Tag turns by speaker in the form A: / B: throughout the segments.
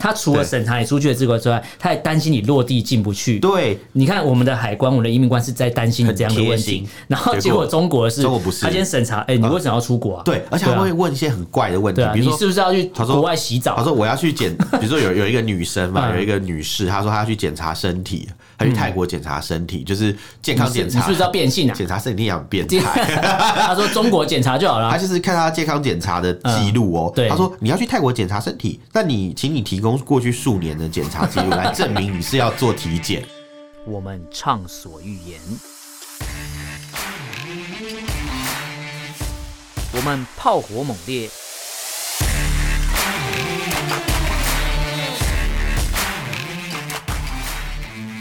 A: 他除了审查你出去的资格之外，他还担心你落地进不去。
B: 对，
A: 你看我们的海关，我们的移民官是在担心你这样的问
B: 很贴
A: 题
B: 心，
A: 然后结果中国是，
B: 中国不是
A: 他先审查，哎、你为什么要出国啊？
B: 对，而且他会
A: 啊
B: 问一些很怪的问题
A: 对，啊，
B: 比
A: 你
B: 如
A: 是
B: 说。
A: 不是要去
B: 他说
A: 国外洗澡？
B: 他说我要去检， 比如说有有一个女生嘛，
A: 嗯
B: 有一个女士，她说她要去检查身体，她去泰国检查身体，就是健
A: 你
B: 康
A: 是嗯
B: 检
A: 你
B: 查
A: 是不。是要变性啊？
B: 检查身体一样很变态，
A: 他说中国检查就好了
B: 他
A: 啊，
B: 就是看他健康检查的记录哦。
A: 嗯对
B: 他说你要去泰国检查身体，那你请你提供过去数年的检查记录来证明你是要做体检。
A: 我们畅所欲言；我们炮火猛烈；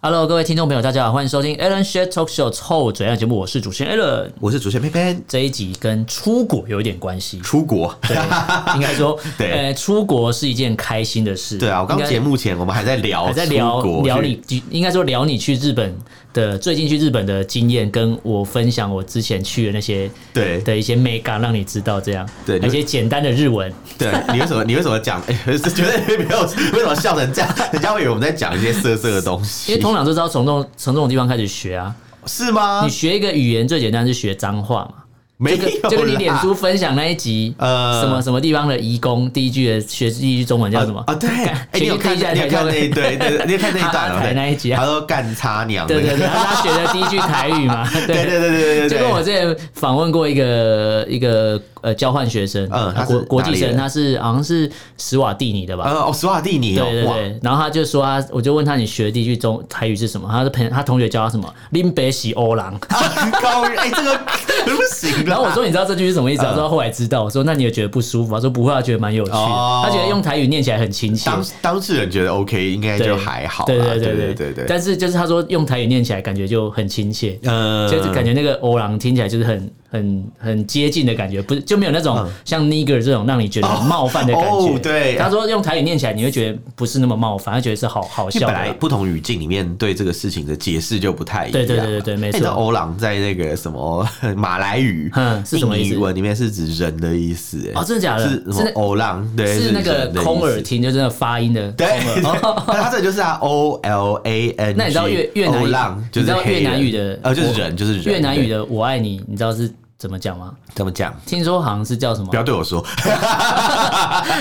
A: Hello，各位听众朋友，大家好，欢迎收听 Alan s h a t Talk Show 臭嘴爱节目， 我是主持人 Alan。
B: 我是主持人佩佩，，
A: 这一集跟出国有一点关系
B: 出国。
A: 应该说，
B: 对
A: 呃，出国是一件开心的事。
B: 对啊，我刚
A: 应该
B: 节目前我们还在聊，
A: 还在聊
B: 出国
A: 聊
B: 去
A: 你，应该说聊你去日本的最近去日本的经验，跟我分享我之前去的那些
B: 对
A: 的一些 mega，让你知道这样，
B: 对
A: 一些简单的日文，
B: 对你为什么你为什么讲？哎、觉得没有为什么笑成这样？人家会以为我们在讲一些色色的东西，
A: 因为通常都知道从这种从这种地方开始学啊。
B: 是吗
A: 你？学一个语言最简单是学脏话嘛。
B: 没
A: 这
B: 有
A: 个
B: 啦，
A: 就跟你脸书分享那一集，
B: 呃
A: 呃，什么什么地方的移工，第一句的学第一句中文叫什么
B: 啊？对，哎、你有看
A: 一下
B: 你有看那一对对，你有看 那一段
A: 哈哈台那一集啊
B: 他说干擦娘那
A: 对
B: 个，
A: 对对，然后他学的第一句台语 嘛，对
B: 对对对对对对，
A: 就跟我之前访问过一个一个呃交换学生，
B: 嗯他
A: 啊
B: 是
A: 国国
B: 哪
A: 际
B: 里人
A: 生，他是好像是史瓦蒂尼的吧？
B: 呃哦，斯瓦蒂尼哦，
A: 对对
B: 哇，
A: 对，然后他就说他，我就问他你学第一句中台语是什么？他的朋友他同学教他什么？林北喜欧 郎。
B: 啊 高人哎、这个不行啦
A: 然后我说：“你知道这句是什么意思？”他说：“后来知道。”我说：“那你有觉得不舒服吗？”他说：“不会，他觉得蛮有趣的。
B: 哦
A: 他觉得用台语念起来很亲切。
B: 当当事人觉得 OK，应该
A: 对”
B: 就还好啦，
A: 对对
B: 对
A: 对
B: 对对，
A: 但是就是他说用台语念起来感觉就很亲切，
B: 呃
A: 就是感觉那个欧郎听起来就是很很很接近的感觉，不是就没有那种像 nigger 这种让你觉得很冒犯的感
B: 嗯哦
A: 觉。
B: 哦对
A: 他说用台语念起来你会觉得不是那么冒犯，他觉得是好好
B: 因为
A: 笑
B: 本来
A: 的。
B: 不同语境里面对这个事情的解释就不太一样。
A: 对对对对对没错
B: 哎你知道欧郎在那个什么 马来语、
A: 嗯是什么意思
B: 印尼文里面是指人的意思。哎
A: 哦，真的假的？
B: 是什么
A: 那
B: 欧郎？对，
A: 是那个
B: 人的意思
A: 空耳。听，就真的发音的空
B: 对，对
A: 耳。哦
B: 那他这就是啊，O L A N G。
A: 那你知道越越南
B: 欧
A: 语
B: 郎就
A: 你
B: 是
A: 知道
B: 黑人
A: 越南语的
B: 呃，就是
A: 我
B: 人，就是人。
A: 越南语
B: 对
A: 的“我爱你”，你知道是怎么讲吗？
B: 怎么讲？
A: 听说好像是叫什么
B: 不？要对我 说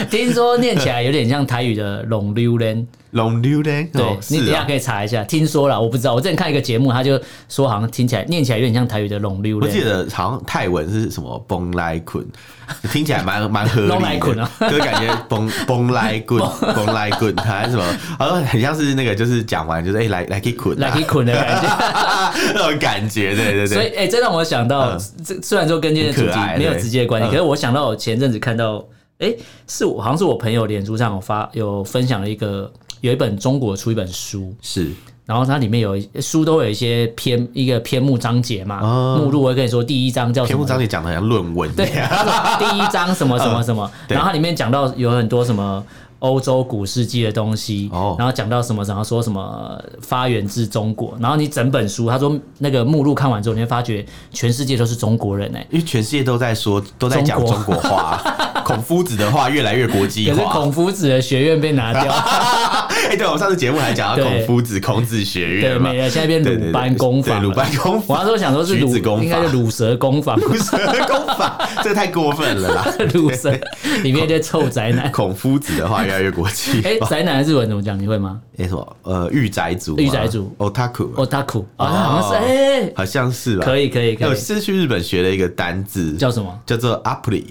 A: 听说念起来有点像台语的“龙溜人
B: long liu 嘞。”，
A: 对、
B: 哦
A: 你等
B: 是
A: 一下
B: 啊。
A: 可以查一下。听说了，我不知道。我之前看一个节目，他就说好像听起来念起来有点像台语的“龙溜
B: 我记
A: 人
B: 得好像泰文是什么崩来捆，听起来蛮蛮合理
A: Long Lai
B: 的，
A: Kun 啊
B: 就是感觉崩崩来 棍崩来棍，还是什么，好像很像是那个就是讲完就是哎、来来去捆、啊，
A: 来 u 捆”的感觉。
B: 那种感觉，对 对
A: 所以
B: 对，，
A: 哎、这让我想到，这、虽然说跟今天的主
B: 很可爱
A: 题没有
B: 对
A: 直接关系，
B: 嗯
A: 可是我想到我前阵子看到，哎、是我好像是我朋友脸书上有发有分享了一个有一本中国出一本书，
B: 是
A: 然后它里面有一书都会有一些篇一个篇目章节嘛，
B: 哦
A: 目录我会跟你说第一章叫什
B: 篇
A: 么
B: 目？章节讲的像论文
A: 哦对，
B: 一样，
A: 它说第一章什么什么什么，
B: 对
A: 然后它里面讲到有很多什么。欧洲古世纪的东西，
B: 哦
A: 然后讲到什么，然后说什么发源自中国，然后你整本书，他说那个目录看完之后，你会发觉全世界都是中国人哎、
B: 因为全世界都在说都在讲
A: 中国
B: 中国话， 孔夫子的话越来越国际
A: 可是
B: 化。
A: 孔夫子的学院被拿掉，
B: 哎、对我们上次节目还讲到
A: 对
B: 孔夫子、孔子学
A: 对，
B: 院嘛
A: 没，了，现在变
B: 对对
A: 鲁班
B: 对
A: 工坊
B: 对
A: 了。
B: 鲁班工
A: 我
B: 坊
A: 那时候想说是
B: 橘
A: 鲁
B: 子工，坊
A: 应该是鲁蛇工 坊，
B: 不是工坊，这个太过分了啦。
A: 鲁蛇里面一堆臭宅 男。
B: 孔夫子的话越来越国际 化。
A: 哎
B: 哎、，
A: 宅男的日文怎么讲？你会吗
B: 什么？呃，御宅族吗，
A: 御宅族
B: ，otaku，
A: ？otaku 啊，好像是哎，
B: 好像是吧？
A: 可以可以
B: 哎。
A: 可
B: 我
A: 以，
B: 哦是去日本学了一个单字，
A: 叫什么
B: 叫做 apply，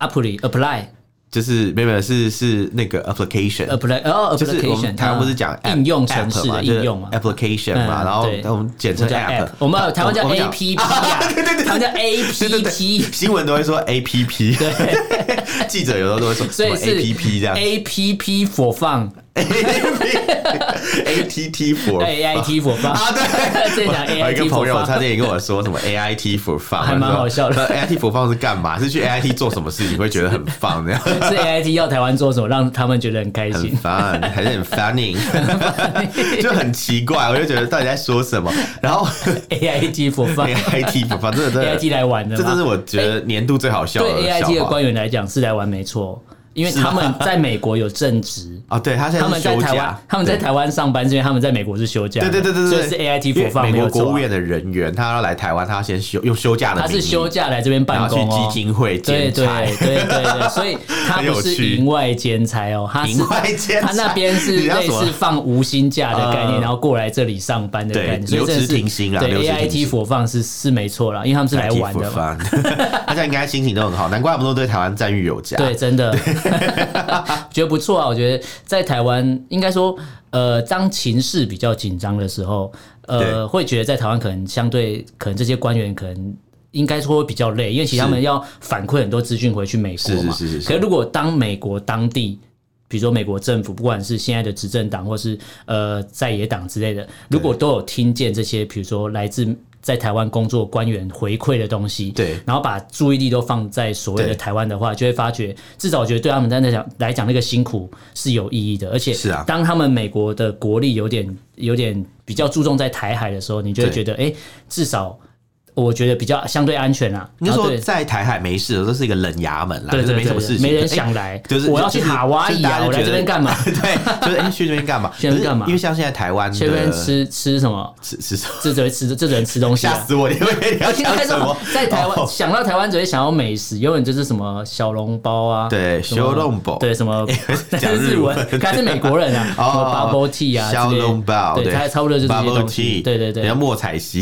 A: ？apply apply
B: 就是没有没有是是那个 application。
A: apply 哦
B: 就是我们
A: ，application
B: 台湾不是讲
A: 啊
B: app-
A: 应用程式
B: app 嘛
A: 的应用嘛
B: 就是？application 嘛，
A: 嗯
B: 然后
A: 对
B: 我们简
A: 我
B: 称
A: 们叫
B: app，哦
A: app，我们台湾叫
B: 我们讲
A: APP 啊，台湾叫
B: 对对
A: APP。
B: 新闻都会说 app，记者有时候都会说
A: 所
B: 什
A: 以
B: 么
A: 是
B: app 这样，
A: A P P for fun，
B: A T T for
A: 对 A I T 佛吧，
B: 啊，对，
A: 这讲 A
B: 我
A: I
B: 一个
A: T
B: 朋
A: 佛
B: 友
A: 吧
B: 他。之前也跟我说什么 A I T for fun，
A: 还蛮好笑的
B: A I T for fun 是干嘛？是去 A I T 做什么事情会觉得很放 这样？
A: 是 A I T 要台湾做什么，让他们觉得很开
B: 很
A: 心。
B: fun，还是 很 funny，就很奇怪，我就觉得到底在说什么。然后
A: A I T 佛吧
B: A I T for fun 真的真
A: A I T
B: 的，
A: 来玩的
B: 这
A: 吗？
B: 真是我觉得年度最好笑的
A: 对 A I T 的
B: 笑话
A: 官员来讲是来玩没错，因为他们在美国有正职。
B: 啊！对啊他现
A: 他
B: 在
A: 们
B: 是
A: 在
B: 休
A: 台
B: 假
A: 湾，，他们在
B: 对
A: 台湾上班，是因为他们在美国是休假的，
B: 对对对对
A: 所
B: 对，
A: 以是 A I T
B: 因为
A: 佛放
B: 美
A: 没
B: 国
A: 有
B: 国
A: 错
B: 务
A: 啊。
B: 院的人员，他要来台湾，他要先休用休假的
A: 他
B: 名义，
A: 是休假来这边
B: 然
A: 办
B: 后去
A: 公
B: 基
A: 哦。
B: 金会
A: 对
B: 剪
A: 对
B: 彩。
A: 对对对，所 以他
B: 很有
A: 不是
B: 趣
A: 营外兼差哦，他是
B: 营外兼差
A: 他那边是
B: 你要
A: 类
B: 什么
A: 似放无薪假的概念，
B: 嗯
A: 然后过来这里上班的概念，所
B: 对
A: 以这
B: 留
A: 是
B: 职停薪啦
A: 对
B: 留职
A: A
B: 停
A: I T
B: 薪
A: 佛放是是没错啦，因为他们是来玩的嘛。
B: 嘛， 大家应该心情都很好，难怪他们都对台湾赞誉有加。
A: 对，真的，觉得不错啊。 我觉得在台湾，应该说，呃，当情势比较紧张的时候，
B: 对
A: 呃，会觉得在台湾可能相对，可能这些官员可能。应该说会比较累，因为其实他们要反馈很多资讯回去美国嘛。
B: 是是是是是
A: 可是如果当美国当地，比如说美国政府，不管是现在的执政党或是呃在野党之类的，如果都有听见这些，比如说来自在台湾工作官员回馈的东西，
B: 对
A: 然后把注意力都放在所谓的
B: 对
A: 台湾的话，就会发觉，至少我觉得对他们在那讲来讲，那个辛苦是有意义的。而且，
B: 是啊
A: 当他们美国的国力有点有点比较注重在台海的时候，你就会
B: 对
A: 觉得，哎、至少我觉得比较相对安全啦、
B: 你
A: 然
B: 就
A: 后
B: 说
A: 啊对
B: 在台海没事，这是一个冷衙门啦，
A: 对
B: 就是
A: 对
B: 没什
A: 对
B: 么事
A: 对，
B: 情，
A: 没人
B: 哎
A: 想来，
B: 就是
A: 我要去
B: 就是
A: 哈瓦
B: 就是
A: 伊
B: 大家
A: 啊，
B: 就
A: 我来
B: 觉
A: 这
B: 得
A: 边 干嘛？
B: 对，就是哎去那边干嘛？
A: 去那边
B: 可是
A: 干嘛
B: 因为像现在台湾的
A: 这边吃吃什么？
B: 吃吃什么？
A: 这只会吃，这只能吃东西、
B: 吓
A: 啊。
B: 死我！你会你要
A: 应
B: 讲
A: 该
B: 什么
A: 说？，在台湾、
B: 哦
A: 想到台湾只会想到美食，永远就是什么小笼包啊，
B: 对
A: 什么
B: 小笼包
A: 对什么但
B: 讲
A: 是
B: 日
A: 日
B: 文哦
A: 文，他是美国人 啊，什么 bubble tea 啊之类的，
B: 小笼包，
A: 对，他差不多就是这些
B: bubble
A: 东西，
B: tea，
A: 对对
B: 人家
A: 对，
B: 莫 彩西，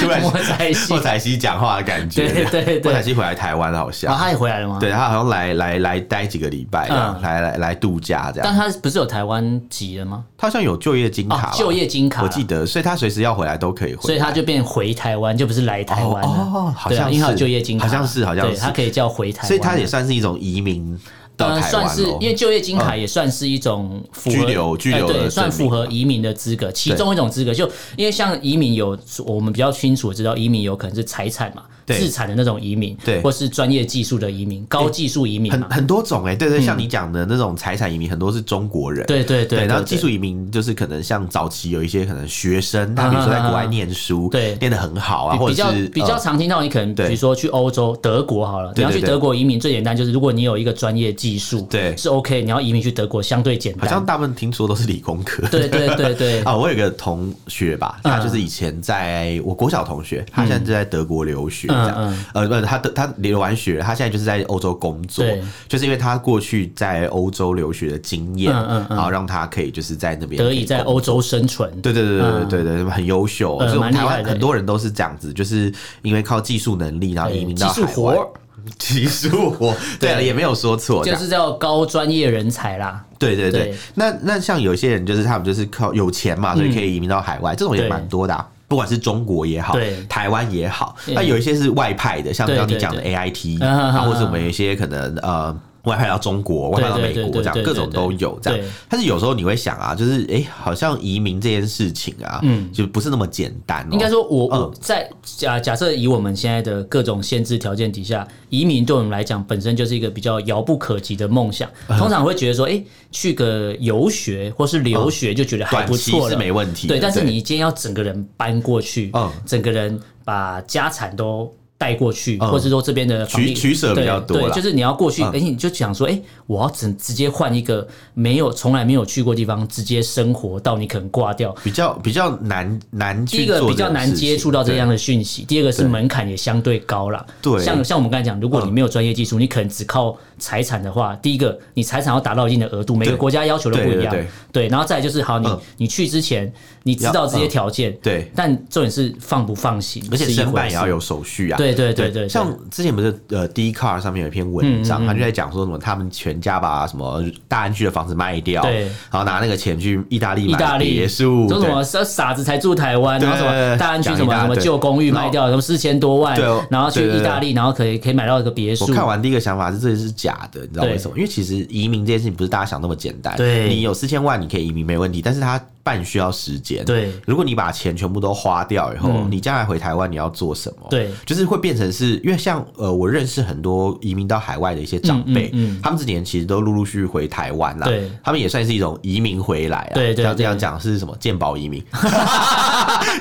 B: 突然
A: 莫彩西
B: 莫彩西讲话的感觉，
A: 对对对啊
B: 莫彩西回来台湾好
A: 然后
B: 像，
A: 哦他也回来了吗？
B: 对，他好像来来来待几个礼拜这样，
A: 嗯
B: 来来来度假这样，
A: 但他不是有台湾籍了吗？
B: 他好像有就业金卡
A: 哦
B: 吧，，
A: 就业金卡
B: 我
A: 啦，
B: 记得，所以他随时要回来都可以回来，
A: 所以他就变回台湾，就不是来台湾了。
B: 哦哦好
A: 对啊
B: 像
A: 因为他有
B: 是
A: 就业金卡，
B: 好像是好像
A: 对
B: 是
A: 他可以叫回台湾，
B: 所以他也算是一种移民到
A: 呃，
B: 台湾
A: 算
B: 咯
A: 是因为就业金卡也算是一种符合
B: 居留
A: 呃
B: 居留的证
A: 对，
B: 明啊
A: 算符合移民的资格，其中一种资格就因为像移民有我们比较清楚知道，移民有可能是财产嘛，
B: 对
A: 自产的那种移民，
B: 对
A: 或是专业技术的移民，高技术移民
B: 很
A: 嘛，
B: 很多种哎、对对，像你讲的那种财产移民，很多是中国人。
A: 嗯对对对，
B: 然后
A: 对
B: 技术移民就是可能像早期有一些可能学生，他比如说在国外念书，
A: 对
B: 念得很好啊，
A: 比
B: 或
A: 比较
B: 者是
A: 比较
B: 呃
A: 常听到，你可能比
B: 对
A: 如说去欧洲德国好了，你
B: 对
A: 要
B: 对
A: 去
B: 对
A: 德国移民最简单就是，如果你有一个专业技术，
B: 对
A: 是 OK，你要移民去德国相对简
B: 好像
A: 单，
B: 大部分听说都是理工科。，
A: 对对对对
B: 啊，我有一个同学吧，
A: 嗯
B: 他就是以前在我国小同学，他现在就在德国留学，这样，
A: 嗯
B: 呃，不，他德他留完学，他现在就是在欧洲工作
A: 对，
B: 就是因为他过去在欧洲留学的经验，
A: 嗯嗯嗯
B: 然后让他可以就是在那边
A: 得以在
B: 可工
A: 欧洲生存，
B: 对对对对对对对，很优秀。
A: 呃
B: 所以我
A: 蛮
B: 们
A: 厉
B: 台湾
A: 害的
B: 很多人都是这样子，就是因为靠技术能力，然后啊移民到
A: 技术
B: 海外
A: 活。
B: 技术活，对了，也没有说错，这
A: 就
B: 样
A: 是叫高专业人才啦。
B: 对对对
A: 对。
B: 那那像有些人就是他们就是靠有钱嘛，所以可以移民到海外，这种也
A: 对
B: 蛮多的啊。不管是中国也好
A: 对，
B: 台湾也好，
A: 对
B: 那有一些是外派的，像
A: 对
B: 刚你
A: 对
B: 讲的
A: 对
B: AIT，
A: 啊哈哈
B: 啊，
A: 哈
B: 或者我们有一些可能呃。外派到中国，外派到美
A: 对对
B: 国，
A: 对
B: 这样
A: 对对
B: 各种都有这样
A: 对。
B: 但是有时候你会想啊，就是哎、诶好像移民这件事情啊，嗯，就不是那么简单、哦。
A: 应该说我，我、
B: 嗯
A: 在假假设以我们现在的各种限制条件底下，移民对我们来讲本身就是一个比较遥不可及的梦想。
B: 嗯
A: 通常会觉得说，哎、去个游学或是留学就觉得还
B: 短
A: 不
B: 期
A: 错
B: 是
A: 了。
B: 没问题的，
A: 对，但是你今天要整个人搬过去，
B: 嗯
A: 整个人把家产都带过去，
B: 嗯
A: 或者说这边的房地
B: 取取舍比较多
A: 对，
B: 啦
A: 对就是你要过去，
B: 嗯
A: 而且你就想说，哎、我要整直接换一个没有从来没有去过地方，直接生活到你可能挂掉，
B: 比较比较难难
A: 第
B: 去
A: 一个
B: 做
A: 比较
B: 这种
A: 难
B: 事
A: 接
B: 情
A: 触到这样的讯息，第二个是
B: 对
A: 门槛也相对高啦。
B: 对嗯
A: 像像我们刚才讲，如果你没有专业技术，你可能只靠财产的话，第一个你财产要达到一定的额度，每个
B: 对
A: 国家要求都不一样
B: 对对对。
A: 对，然后再来就是好，你
B: 嗯
A: 你去之前你知道这些条件，
B: 对。
A: 但重点是放不放心，
B: 而且
A: 是一
B: 申
A: 回
B: 办
A: 事
B: 也要有手续啊，
A: 对对对对嗯对，
B: 像之前不是呃 d c a r 上面有一篇文章，他就在讲说什么他们全家把什么大安区的房子卖掉，
A: 对
B: 然后拿那个钱去意大利
A: 意大
B: 买
A: 利
B: 别墅，
A: 说
B: 对
A: 什么傻傻子才住台湾，然后什
B: 对对
A: 么
B: 对
A: 大安区
B: 讲
A: 什么
B: 一大
A: 什么
B: 堆
A: 旧公寓
B: 然后
A: 卖掉，什么四千多万
B: 对哦，
A: 然后去
B: 对对
A: 意
B: 对
A: 大利，然后可以可以买到一个别
B: 我
A: 墅。
B: 看完第一个想法是这是假的，你知道
A: 对
B: 为什么？因为其实移民这件事情不是大家想那么简单。
A: 对
B: 你有四千万，你可以移民没问题，但是它办需要时间。
A: 对嗯
B: 如果你把钱全部都花掉以后，你将来回台湾你要做什么？
A: 对
B: 就是会变成是因为像呃，我认识很多移民到海外的一些长辈，
A: 嗯嗯
B: 他们这几年其实都陆陆续续回台湾啦
A: 对，
B: 他们也算是一种移民回来啊。
A: 对对
B: 像这样
A: 对
B: 讲是什么鉴宝移民？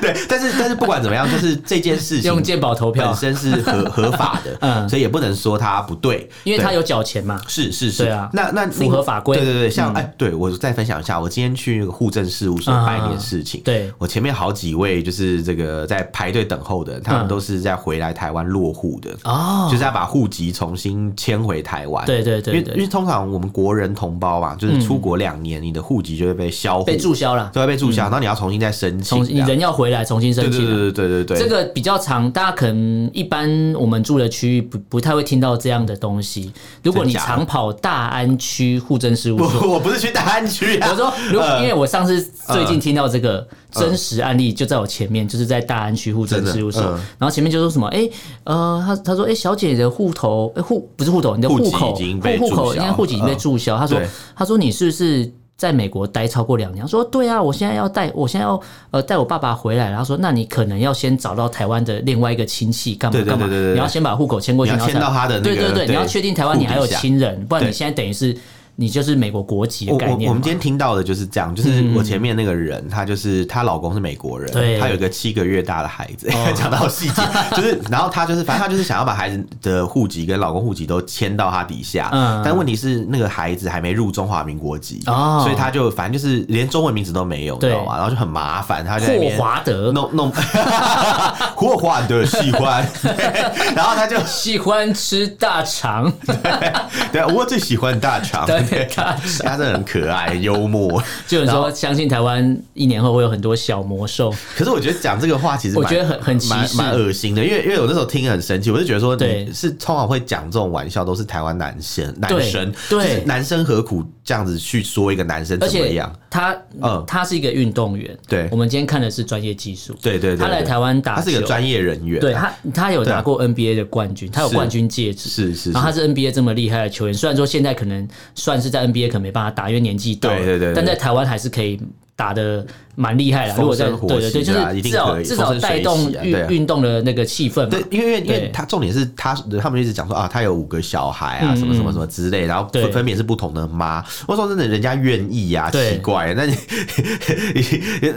B: 对，但是但是不管怎么样，就是这件事情
A: 用健保投票
B: 本，身是合合法的，
A: 嗯
B: 所以也不能说它不对，
A: 因为
B: 对
A: 他有缴钱嘛。
B: 是是是，
A: 对啊
B: 那那
A: 符合法规
B: 对对对，像哎、对我再分享一下，我今天去那个户政事务所
A: 啊
B: 办一件事情，
A: 对
B: 我前面好几位就是这个在排队等候的人，他
A: 嗯
B: 们都是在回来台湾落户的，
A: 哦
B: 就，是要把户籍重新迁回台湾，
A: 对对
B: 因为
A: 对
B: 因
A: 对，
B: 为通常我们国人同胞嘛，就是出国两年，你的户籍就会被销户，
A: 被注销了，
B: 就会被注销，然后你要重新再申请
A: 重
B: 这
A: 你
B: 样，
A: 人要回来重新
B: 对
A: 申
B: 对
A: 请啊。
B: 对对对对
A: 这
B: 对。
A: 个比较长，大家可能一般我们住的区域不不太会听到这样的东西。如果你
B: 真假的
A: 常跑大安区户政事务所，
B: 我我不是去大安区、啊，
A: 我说， 如果因为我上次最近
B: 呃
A: 听到这个真实案例，就在我前面，就是在大安区户政事务所
B: 真的嗯，
A: 然后前面就说什么，哎，呃，他他说，哎，小姐，你的户头，哎户不是户头，你的
B: 户籍
A: 户口，
B: 已经
A: 户
B: 被
A: 户口，
B: 注销
A: 因为户籍已经被
B: 嗯
A: 注销。他说
B: 对，
A: 他说你是不是？在美国待超过两年，他说对啊，我现在要带，我现在要呃带我爸爸回来。然后说，那你可能要先找到台湾的另外一个亲戚，干嘛
B: 对对
A: 干嘛？
B: 对对对对
A: 你要先把户口迁过去，
B: 你要
A: 然后
B: 迁
A: 才
B: 到他的那
A: 对
B: 个
A: 对对，你
B: 对
A: 要确定台湾你还有
B: 户底下
A: 亲人，不然你
B: 对
A: 现在等于是你就是美国国籍的
B: 我
A: 概念
B: 我
A: 嘛。
B: 我们今天听到的就是这样，就是我前面那个人，她就是她老公是美国人
A: 对，哦
B: 她有一个七个月大的孩子， 讲、到细节，就是然后她就是反正她就是想要把孩子的户籍跟老公户籍都迁到她底下，
A: 嗯
B: 但问题是那个孩子还没入中华民国籍，
A: 哦
B: 所以她就反正就是连中文名字都没有，你
A: 对
B: 知道吗？然后就很麻烦，她就在那
A: 霍
B: 边
A: 华德
B: 弄弄 霍华德喜 欢，然后她就
A: 喜欢吃大 肠，
B: 对我最喜欢大肠，
A: 对大肠
B: 他真的很可爱，很幽默。
A: 就有人说相信台湾一年后会有很多小魔兽，
B: 可是我觉得讲这个话其实
A: 我
B: 蛮
A: 觉得很很歧
B: 蛮
A: 视
B: 蛮恶心的，因为因为我那时候听很生气，我就觉得说
A: 对
B: 你是通常会讲这种玩笑都是台湾男生男
A: 对
B: 生，
A: 对
B: 就是男生何苦这样子去说一个男生
A: 而
B: 怎么
A: 且
B: 样？
A: 他
B: 嗯
A: 他是一个运动员，
B: 对
A: 我们今天看的是专业技术，
B: 对对对对
A: 他来台湾打
B: 他
A: 球，
B: 是一个专业人员，
A: 对他他有
B: 对啊
A: 拿过 NBA 的冠军，他有
B: 是
A: 冠军戒指，
B: 是是是
A: 然后他是 NBA 这么厉害的球员，虽然说现在可能算是在 NBA 可能没办法打，因为年纪到了，
B: 对对对对
A: 但在台湾还是可以。打的蛮厉害的，啊如果在
B: 风生火
A: 对对对，
B: 起
A: 就
B: 对啊
A: 是
B: 一
A: 至
B: 定
A: 少
B: 可以
A: 至少
B: 风生水
A: 带动
B: 起啊
A: 运
B: 对啊
A: 运动的那个气氛嘛
B: 对，，因为因
A: 对
B: 为他重点是他，他们一直讲说啊，他有五个小孩
A: 嗯
B: 啊，什么什
A: 嗯
B: 么什么之类，然后
A: 对
B: 分分别是不同的妈。我说真的，人家愿意啊，
A: 对
B: 奇怪，那你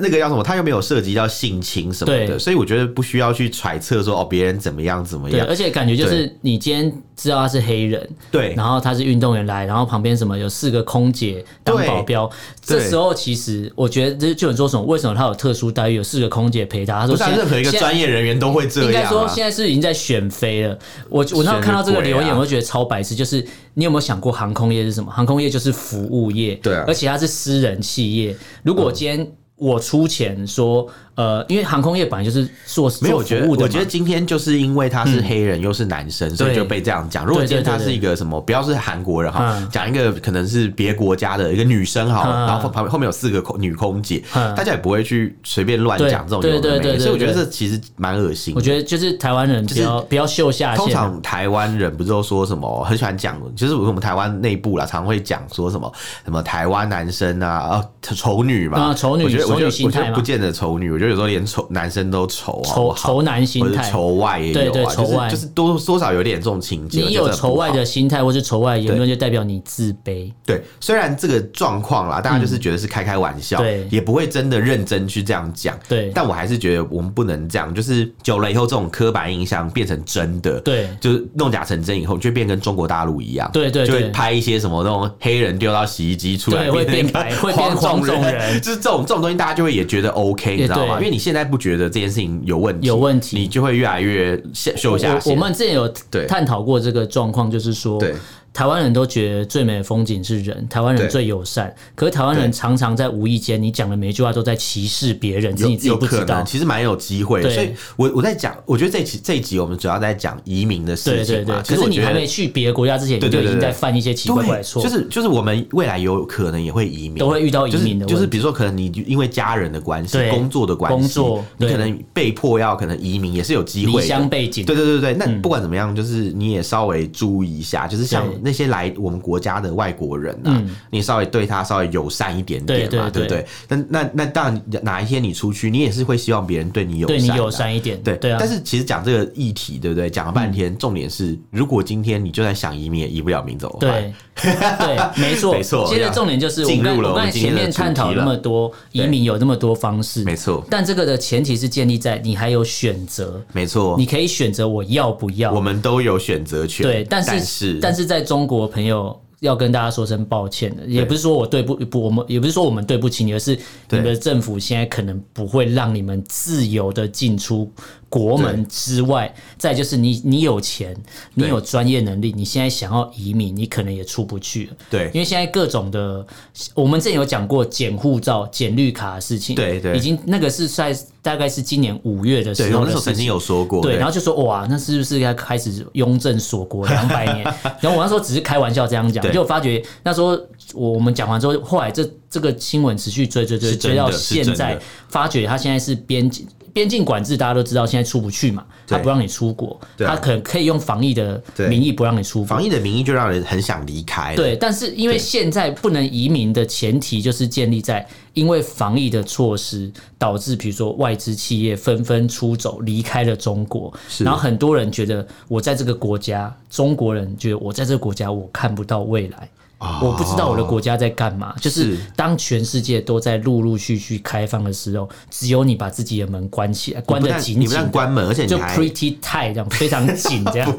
B: 那个叫什么？他又没有涉及到性侵什么
A: 对
B: 的，所以我觉得不需要去揣测说哦，别人怎么样怎么
A: 对，
B: 样
A: 而。且感觉就是你今天知道他是黑人，
B: 对
A: 然后他是运动员来，然后旁边什么有四个空姐当
B: 对
A: 保镖，这
B: 对
A: 时候其实我觉得就就有人说什么，为什么他有特殊待遇，有四个空姐陪他？他
B: 不
A: 说
B: 是啊
A: 现在
B: 任何一个
A: 现在
B: 专业人员都会这
A: 应该
B: 样
A: 说
B: 啊。
A: 现在是已经在选妃了。我我那时候看到这个留言，
B: 选个鬼啊
A: 我就觉得超白痴。就是你有没有想过航空业是什么？航空业就是服务业，
B: 对啊嗯
A: 而且它是私人企业。如果今天我出钱说，呃，因为航空业本来就是做
B: 没
A: 做
B: 有，我
A: 服
B: 觉得
A: 务的
B: 我
A: 嘛嗯
B: 觉得今天就是因为他是黑人又是男生，所以
A: 对
B: 就被这样讲。如果
A: 对对
B: 今天他
A: 对
B: 是一个什么，不要是韩国人哈
A: 嗯，
B: 讲一个可能是别国家的一个女生好
A: 嗯
B: 了，然后旁边后面有四个空女空姐，
A: 嗯
B: 大家也不会去随便乱讲这种
A: 对
B: 有的
A: 对对对
B: 没的，所以我觉得
A: 对
B: 这其实蛮恶心的。
A: 我觉得就是台湾人比较、比较秀下
B: 通
A: 限啊，
B: 常台湾人不是都说什么很喜欢讲，就是我们台湾内部啦，常会讲说什么什么台湾男生啊，啊丑女嘛，
A: 啊丑女
B: 我觉得
A: 丑女
B: 我觉得
A: 心态嘛
B: 我觉得不见得丑女，我觉得有时候连丑男生都丑，好
A: 仇
B: 不啊好
A: 仇男心
B: 或者
A: 态。
B: 仇外也有啊，
A: 对对仇外
B: 就是就是多多少有点这种情节。
A: 你
B: 我
A: 有
B: 觉得
A: 仇外
B: 不好
A: 的心态或是仇外的言论，就代表你自卑。
B: 对，虽然这个状况啦，大家就是觉得是开开玩笑，
A: 嗯对
B: 也不会真的认真去这样讲。
A: 对
B: 但我还是觉得我们不能这样，就是久了以后，这种刻板印象变成真的，
A: 对
B: 就是弄假成真以后，就变跟中国大陆一样，
A: 对对
B: 就会
A: 对
B: 拍一些什么那种黑人丢到洗衣机出来，
A: 对会变
B: 成一个
A: 白会 变
B: 黄
A: 黄种
B: 种
A: 人
B: 就是这种这种东西，大家就会也觉得 OK，你知道吗？
A: 对
B: 因为你现在不觉得这件事情有问题，
A: 有问题
B: 你就会越来越下秀下
A: 我
B: 限。
A: 我们之前有
B: 对
A: 探讨过这个状况，就是说
B: 对，
A: 台湾人都觉得最美的风景是人，台湾人
B: 对
A: 最友善。可是台湾人
B: 对
A: 常常在无意间，你讲的每一句话都在歧视别人，只是
B: 有
A: 你自己
B: 有
A: 不
B: 可
A: 知道
B: 能，。其实蛮有机会的。
A: 对
B: 所以我，我在讲，我觉得这一集这一集我们主要在讲移民的
A: 对
B: 事情
A: 对对
B: 嘛。，其
A: 可
B: 实
A: 是
B: 我
A: 你
B: 觉
A: 还
B: 得
A: 没去别的国家之前，你
B: 对
A: 就已
B: 对
A: 经
B: 对对
A: 在犯一些奇怪怪的错，
B: 就是就是我们未来有可能也会移民，
A: 都会遇到移
B: 就是
A: 民的
B: 就是
A: 问题。
B: 比如说，可能你因为家人的关系、
A: 对
B: 工作的关
A: 工
B: 系
A: 作，
B: 你
A: 对
B: 可能被迫要可能移民也是有机
A: 离
B: 会
A: 乡
B: 的。
A: 背景，
B: 对对对对，那不管怎么样，就是你也稍微注意一下，就是像
A: 嗯对嗯
B: 那些来我们国家的外国人啊，你稍微对他稍微友善一点点嘛，
A: 对
B: 对
A: 对
B: 不对？那那那当然，哪一天你出去，你也是会希望别人对你友
A: 对你
B: 善
A: 友
B: 的啊。
A: 善一点，
B: 对
A: 对啊。嗯
B: 但是其实讲这个议题，对不对？讲了半天，重点是，如果今天你就在想移民，也移不了民，怎哎么办？
A: 对，对，没错，
B: 没错
A: 接
B: 这
A: 着
B: 样
A: 重点就是我们
B: 进
A: 刚
B: 入了
A: 我
B: 我
A: 刚才
B: 们今
A: 前
B: 天的
A: 面
B: 主题
A: 探讨那
B: 了
A: 么多移
B: 对
A: 民有那么多方式，
B: 没错，
A: 但这个的前提是建立在你还有选择，
B: 没错
A: 你，可以选择我要不要。
B: 我们都有选择权。
A: 对，但是
B: 但是
A: 但是在中国朋友。要跟大家说声抱歉的，也不是说我对不不，我们也不是说我们对不起你，而是你
B: 对
A: 们的政府现在可能不会让你们自由的进出国门之外。再就是你你有钱，你
B: 对
A: 有专业能力，你现在想要移民，你可能也出不去了。
B: 对
A: 因为现在各种的，我们之前有讲过捡护照、捡绿卡的事情，
B: 对对
A: 已经那个是在大概是今年五月的时
B: 对，
A: 候
B: 我那
A: 的
B: 时候
A: 事
B: 曾
A: 情
B: 经。有说过，
A: 对，然后就说哇，那是不是要开始雍正锁国两百年？然后我那时候只是开玩笑这样讲，
B: 对
A: 就我发觉那时候我我们讲完之后，后来这这个新闻持续追追追
B: 是真
A: 追
B: 的
A: 到
B: 是
A: 现
B: 真
A: 在
B: 的，
A: 发觉他现在是边境边境管制，大家都知道现在出不去嘛，他
B: 对
A: 不让你出国，
B: 对啊
A: 他可能可以用防疫的
B: 对
A: 名义不让你出国
B: 防。疫的名义就让人很想离开。
A: 对，但是因为
B: 对
A: 现在不能移民的前提，就是建立在因为防疫的措施导致，比如说外资企业纷纷出走，离开了中国。
B: 是
A: 然后很多人觉得我在这个国家，中国人觉得我在这个国家我看不到未来。
B: 哦
A: 我不知道我的国家在干嘛，就是
B: 是
A: 当全世界都在陆陆续续开放的时候，只有你把自己的门关起来，关
B: 你不
A: 得
B: 但
A: 紧
B: 你
A: 紧
B: 不但
A: 的，
B: 关门，而且你
A: 就
B: 还
A: pretty tight 这样非常紧这 样，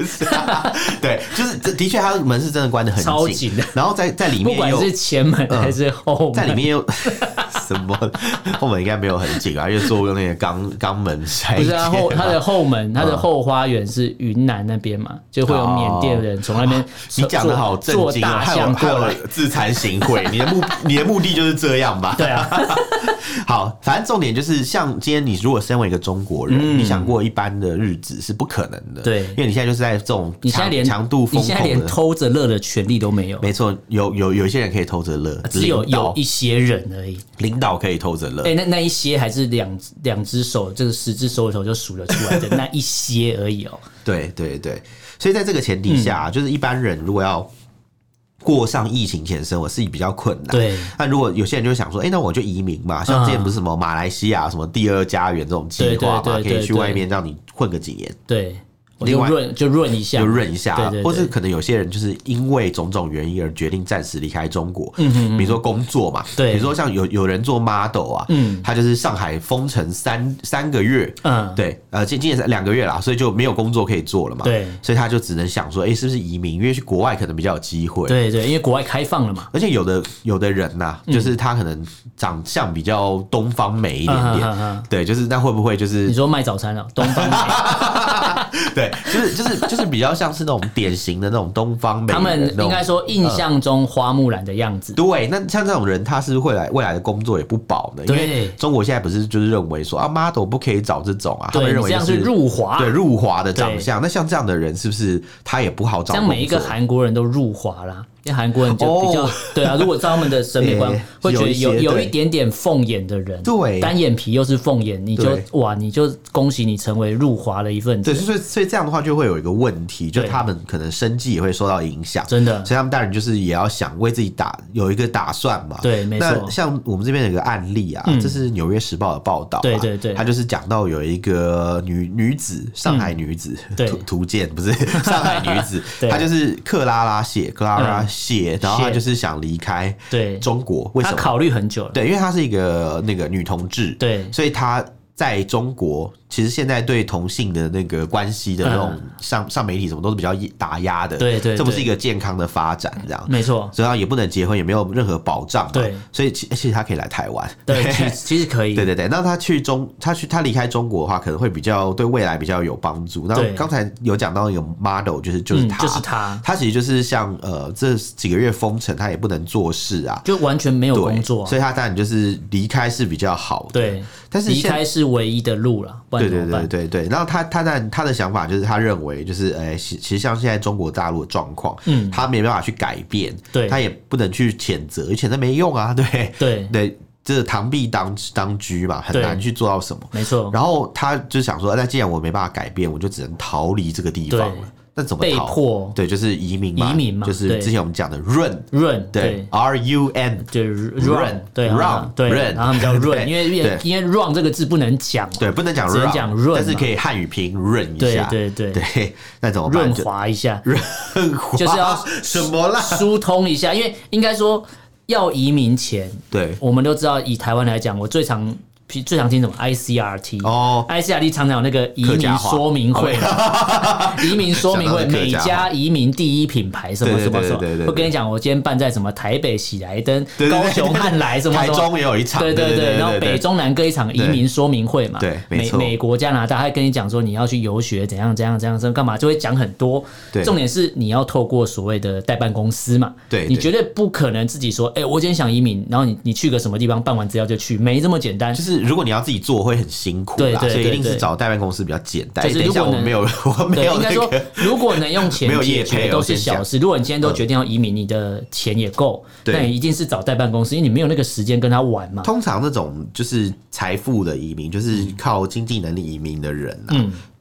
B: 对，就是这的确，它门是真的关的很
A: 超
B: 紧
A: 紧的，
B: 然后在在里
A: 不
B: 面
A: 管
B: 又
A: 是前门还是后门，
B: 嗯在里面又什么后门应该没有很紧啊，因为做用那个钢钢门筛
A: 不是啊，后
B: 检
A: 它
B: 嘛
A: 的后门，
B: 嗯
A: 它的后花园是云南那边嘛，就会有缅甸人从那边
B: 哦你讲的好震
A: 做
B: 惊啊！
A: 大
B: 害我
A: 象
B: 害
A: 过
B: 我
A: 来，
B: 自惭形秽。你的目你的目的就是这样吧？
A: 对啊，
B: 好，反正重点就是，像今天你如果身为一个中国人，你想过一般的日子是不可能的。
A: 嗯对
B: 因为你现在就是在这种
A: 你现在
B: 强
A: 连
B: 强度
A: 你
B: 风
A: 现在连
B: 控的，
A: 偷着乐的权利都没有，
B: 没错，有有有一些人可以偷着乐，
A: 啊只有
B: 领导
A: 有一些人而已。
B: 领导可以偷着乐。
A: 哎，那那一些还是两两只手，这个十只手指头就数得出来的那一些而已哦。
B: 对对对，所以在这个前提
A: 嗯
B: 下，就是一般人如果要过上疫情前生活是比较困难。
A: 对， 嗯
B: 那如果有些人就会想说，哎、那我就移民嘛，像之前不是什么马来西亚什么第二家园这种计划
A: 对
B: 嘛，
A: 对对
B: 可以去
A: 对
B: 外面让你混个几年，
A: 对，我
B: 另
A: 就
B: 外
A: 润就润一下，
B: 就润一下，
A: 对对对
B: 或是可能有些人就是因为种种原因而决定暂时离开中国，比如说工作嘛，
A: 嗯对
B: 比如说像有有人做 model 啊，
A: 嗯
B: 他就是上海封城三三个月，
A: 嗯，
B: 对，呃，今今年是两个月啦，所以就没有工作可以做了嘛。
A: 对
B: 所以他就只能想说，哎、是不是移民？因为去国外可能比较有机会。，
A: 对对，因为国外开放了嘛，
B: 而且有的有的人呐、
A: 嗯
B: 就是他可能长相比较东方美一点点，
A: 嗯嗯嗯嗯
B: 对，就是那会不会就
A: 你
B: 是
A: 说卖早餐了，东 方美
B: 对，就是就是就是比较像是那种典型的那种东方美
A: 他
B: 人那
A: 们
B: 种，
A: 应该说印象中花木兰的样子。
B: 对，那像这种人，他是未来未来的工作也不保的，因
A: 对
B: 为中国现在不是就是认为说啊，model 不可以找这种啊，他
A: 对，
B: 们认
A: 你
B: 为
A: 这
B: 就
A: 样是入华，
B: 对入华的长
A: 对
B: 相，那像这样的人是不是他也不好找
A: 这
B: 工
A: 样
B: 作？
A: 每一个韩国人都入华啦，因为韩国人就比较、
B: 哦
A: 对啊。如果照他们的审 美观会
B: 对，
A: 觉得有
B: 有一些
A: 有
B: 对
A: 一点点凤眼的人，
B: 对
A: 单眼皮又是凤眼，你就
B: 对
A: 哇，你就恭喜你成为入华的一份
B: 对，
A: 子，
B: 所以所以这样的话就会有一个问题，就
A: 对
B: 他们可能生计也会受到影响，
A: 真的。
B: 所以他们当然就是也要想为自己打有一个打算嘛。
A: 对没错嗯
B: 那像我们这边有个案例啊，这是《纽约时报》的报道、啊，
A: 对对对
B: 他就是讲到有一个女女子，上海女子，
A: 嗯对
B: 图图鉴不是 上海女子
A: 对，嗯
B: 她就是克拉拉谢，克拉拉谢，然后她
A: 谢
B: 就是想离开
A: 对，
B: 中国，为什
A: 他
B: 么？
A: 考虑很久了，
B: 对，因为她是一个那个女同志，
A: 对
B: 所以她在中国其实现在对同性的那个关系的那种
A: 嗯
B: 上、上媒体什么都是比较打压的，
A: 对对
B: 这不是
A: 对
B: 一个健康的发展，这样。
A: 没错，
B: 所以他也不能结婚，也没有任何保障嘛。
A: 对，
B: 所以其其实他可以来台湾。
A: 对，其其实可以，
B: 对对对，那他去中，他去他离开中国的话，可能会比较对未来比较有帮助。那
A: 对
B: 刚才有讲到一个 model，就是就是
A: 嗯，
B: 他，
A: 就是他，
B: 他其实就是像呃这几个月封城，他也不能做事啊，
A: 就完全没有
B: 对，
A: 工作啊、
B: 所以他当然就是离开是比较好的。，
A: 对，
B: 但是
A: 离
B: 现
A: 开是唯一的路了，不然
B: 对
A: 怎
B: 对
A: 么办？
B: 对对对，然后他他但他的想法就是，他认为就是，呃，其其实像现在中国大陆的状况，
A: 嗯
B: 他没办法去改变，
A: 对
B: 他也不能去谴责，谴责没用啊， 对
A: 对
B: 对，这螳臂当当车嘛，很
A: 对哦
B: 难去做到什么。
A: 没错，
B: 然后他就想说，那既然我没办法改变，我就只能逃离这个地方
A: 对
B: 了。那怎么
A: 被
B: 逃？
A: 迫
B: 对，就是移民嘛，
A: 移民嘛
B: 就是
A: 对
B: 之前我们讲的润，
A: 润
B: 对
A: 对。
B: ，R U N，
A: 就是 run，对
B: run，
A: 对，
B: run
A: 然后他们叫 run，
B: 对
A: 因为因为
B: 对
A: 因为 run 这个字不能讲嘛，
B: 对，不能讲
A: 只能
B: run，
A: 讲润
B: 但是
A: 嘛
B: 可以汉语拼润一
A: 对
B: 下，
A: 对对
B: 对，那怎么办？
A: 润
B: 就
A: 滑一下，
B: 润滑
A: 就是要
B: 什么 啦？
A: 疏通一下，因为应该说要移民前，
B: 对，
A: 我们都知道，以台湾来讲，我最常最常听什么 ICRT
B: 哦
A: ICRT 常常有那个移
B: 客家
A: 民
B: 话哦
A: 说明会， 移民说明会，
B: 想到是
A: 每
B: 客家话
A: 家移民第一品牌什么
B: 对对
A: 什么
B: 对
A: 什么
B: 对对对，
A: 我跟你讲，我今天办在什么台北喜来登
B: 对对、对
A: 高雄汉来什么
B: 台
A: 什么。
B: 中也有一场，
A: 对对
B: 对
A: 对，然后
B: 对
A: 北中南各一场移民说明会嘛，
B: 对对没
A: 美
B: 错
A: 美国、加拿大，他还跟你讲说你要去游学怎样怎样怎样怎样干嘛，就会讲很多
B: 对。
A: 重点是你要透过所谓的代办公司嘛，
B: 对
A: 你
B: 对
A: 绝对不可能自己说，哎，我今天想移民，然后你你去个什么地方办完资料就去，没这么简单
B: 就。是如果你要自己做会很辛苦啦，
A: 对对
B: 所以一定
A: 对
B: 是
A: 对
B: 找代办公司比较简单。
A: 就是
B: 等一下
A: 如果
B: 我没有， 我没
A: 对，
B: 有
A: 应该
B: 那
A: 说
B: 个，
A: 如果能用钱
B: 没有业
A: 解
B: 配
A: 决
B: 哦
A: 都是
B: 先讲嗯
A: 小事。如果你今天都决定要移民，你的钱也够，
B: 对
A: 那你一定是找代办公司，因为你没有那个时间跟他玩嘛。
B: 通常那种就是财富的移民，就是
A: 嗯
B: 靠经济能力移民的人啊，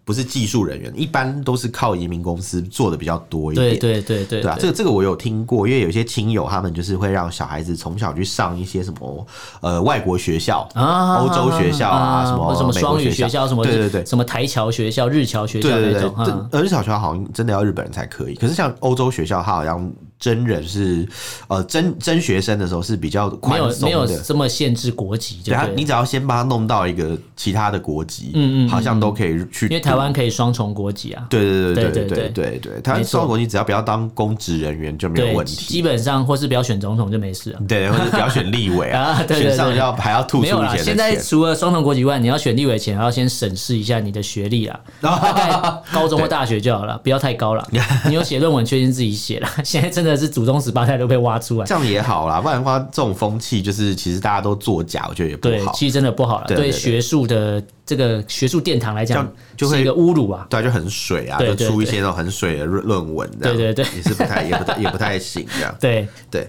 B: 不是技术人员，一般都是靠移民公司做的比较多一点。
A: 对对对对
B: 对啊，这个这个我有听过，因为有些亲友他们就是会让小孩子从小去上一些什么呃外国学校、
A: 啊，
B: 欧洲学校啊，什
A: 或
B: 么
A: 什么
B: 美国
A: 双语
B: 学
A: 学校，什么
B: 对对对。
A: 什么台侨学校、日侨学校
B: 对对
A: 那
B: 对
A: 种，啊
B: 对，
A: 哈，
B: 这而且小学校好像真的要日本人才可以。可是像欧洲学校，它好像真人是呃真真学生的时候是比较
A: 没
B: 宽
A: 有
B: 松
A: 没有
B: 的，
A: 这么限制国籍，
B: 对
A: 对
B: 他
A: 不，
B: 你
A: 对？
B: 只要先把他弄到一个其他的国籍，嗯嗯，好像都可以去。
A: 因为台湾可以双重国籍啊，
B: 对，对对对
A: 对
B: 对
A: 对
B: 对对，台湾
A: 没错
B: 双国籍只要不要当公职人员就没有
A: 对，
B: 问
A: 基
B: 题。
A: 本上或是不要选总统就没事了。
B: 对，或者不要选立委啊
A: 啊，对对对
B: 选上要还要吐出
A: 没有
B: 以
A: 啦，
B: 前
A: 现
B: 的
A: 在
B: 钱。
A: 除了双重国籍以外，你要选立委前，还要先审视一下你的学历啦，大概高中或大学就好了，不要太高 了。你有写论文，确定自己写了。 现在真的是祖宗十八代都被挖出来，
B: 这样也好啦，不然的话，这种风气就是其实大家都作假，我觉得也不
A: 对，
B: 好。
A: 其实真的不好了，
B: 对对
A: 对
B: 对
A: 学术的这个学术殿堂来
B: 这
A: 讲
B: 样，就会
A: 是一个侮辱啊。
B: 对啊，就很水啊，
A: 对
B: 就
A: 对
B: 出一些那种很水的论论文，这样
A: 对对对
B: 也是不太也不太也不太行这样。
A: 对，
B: 对，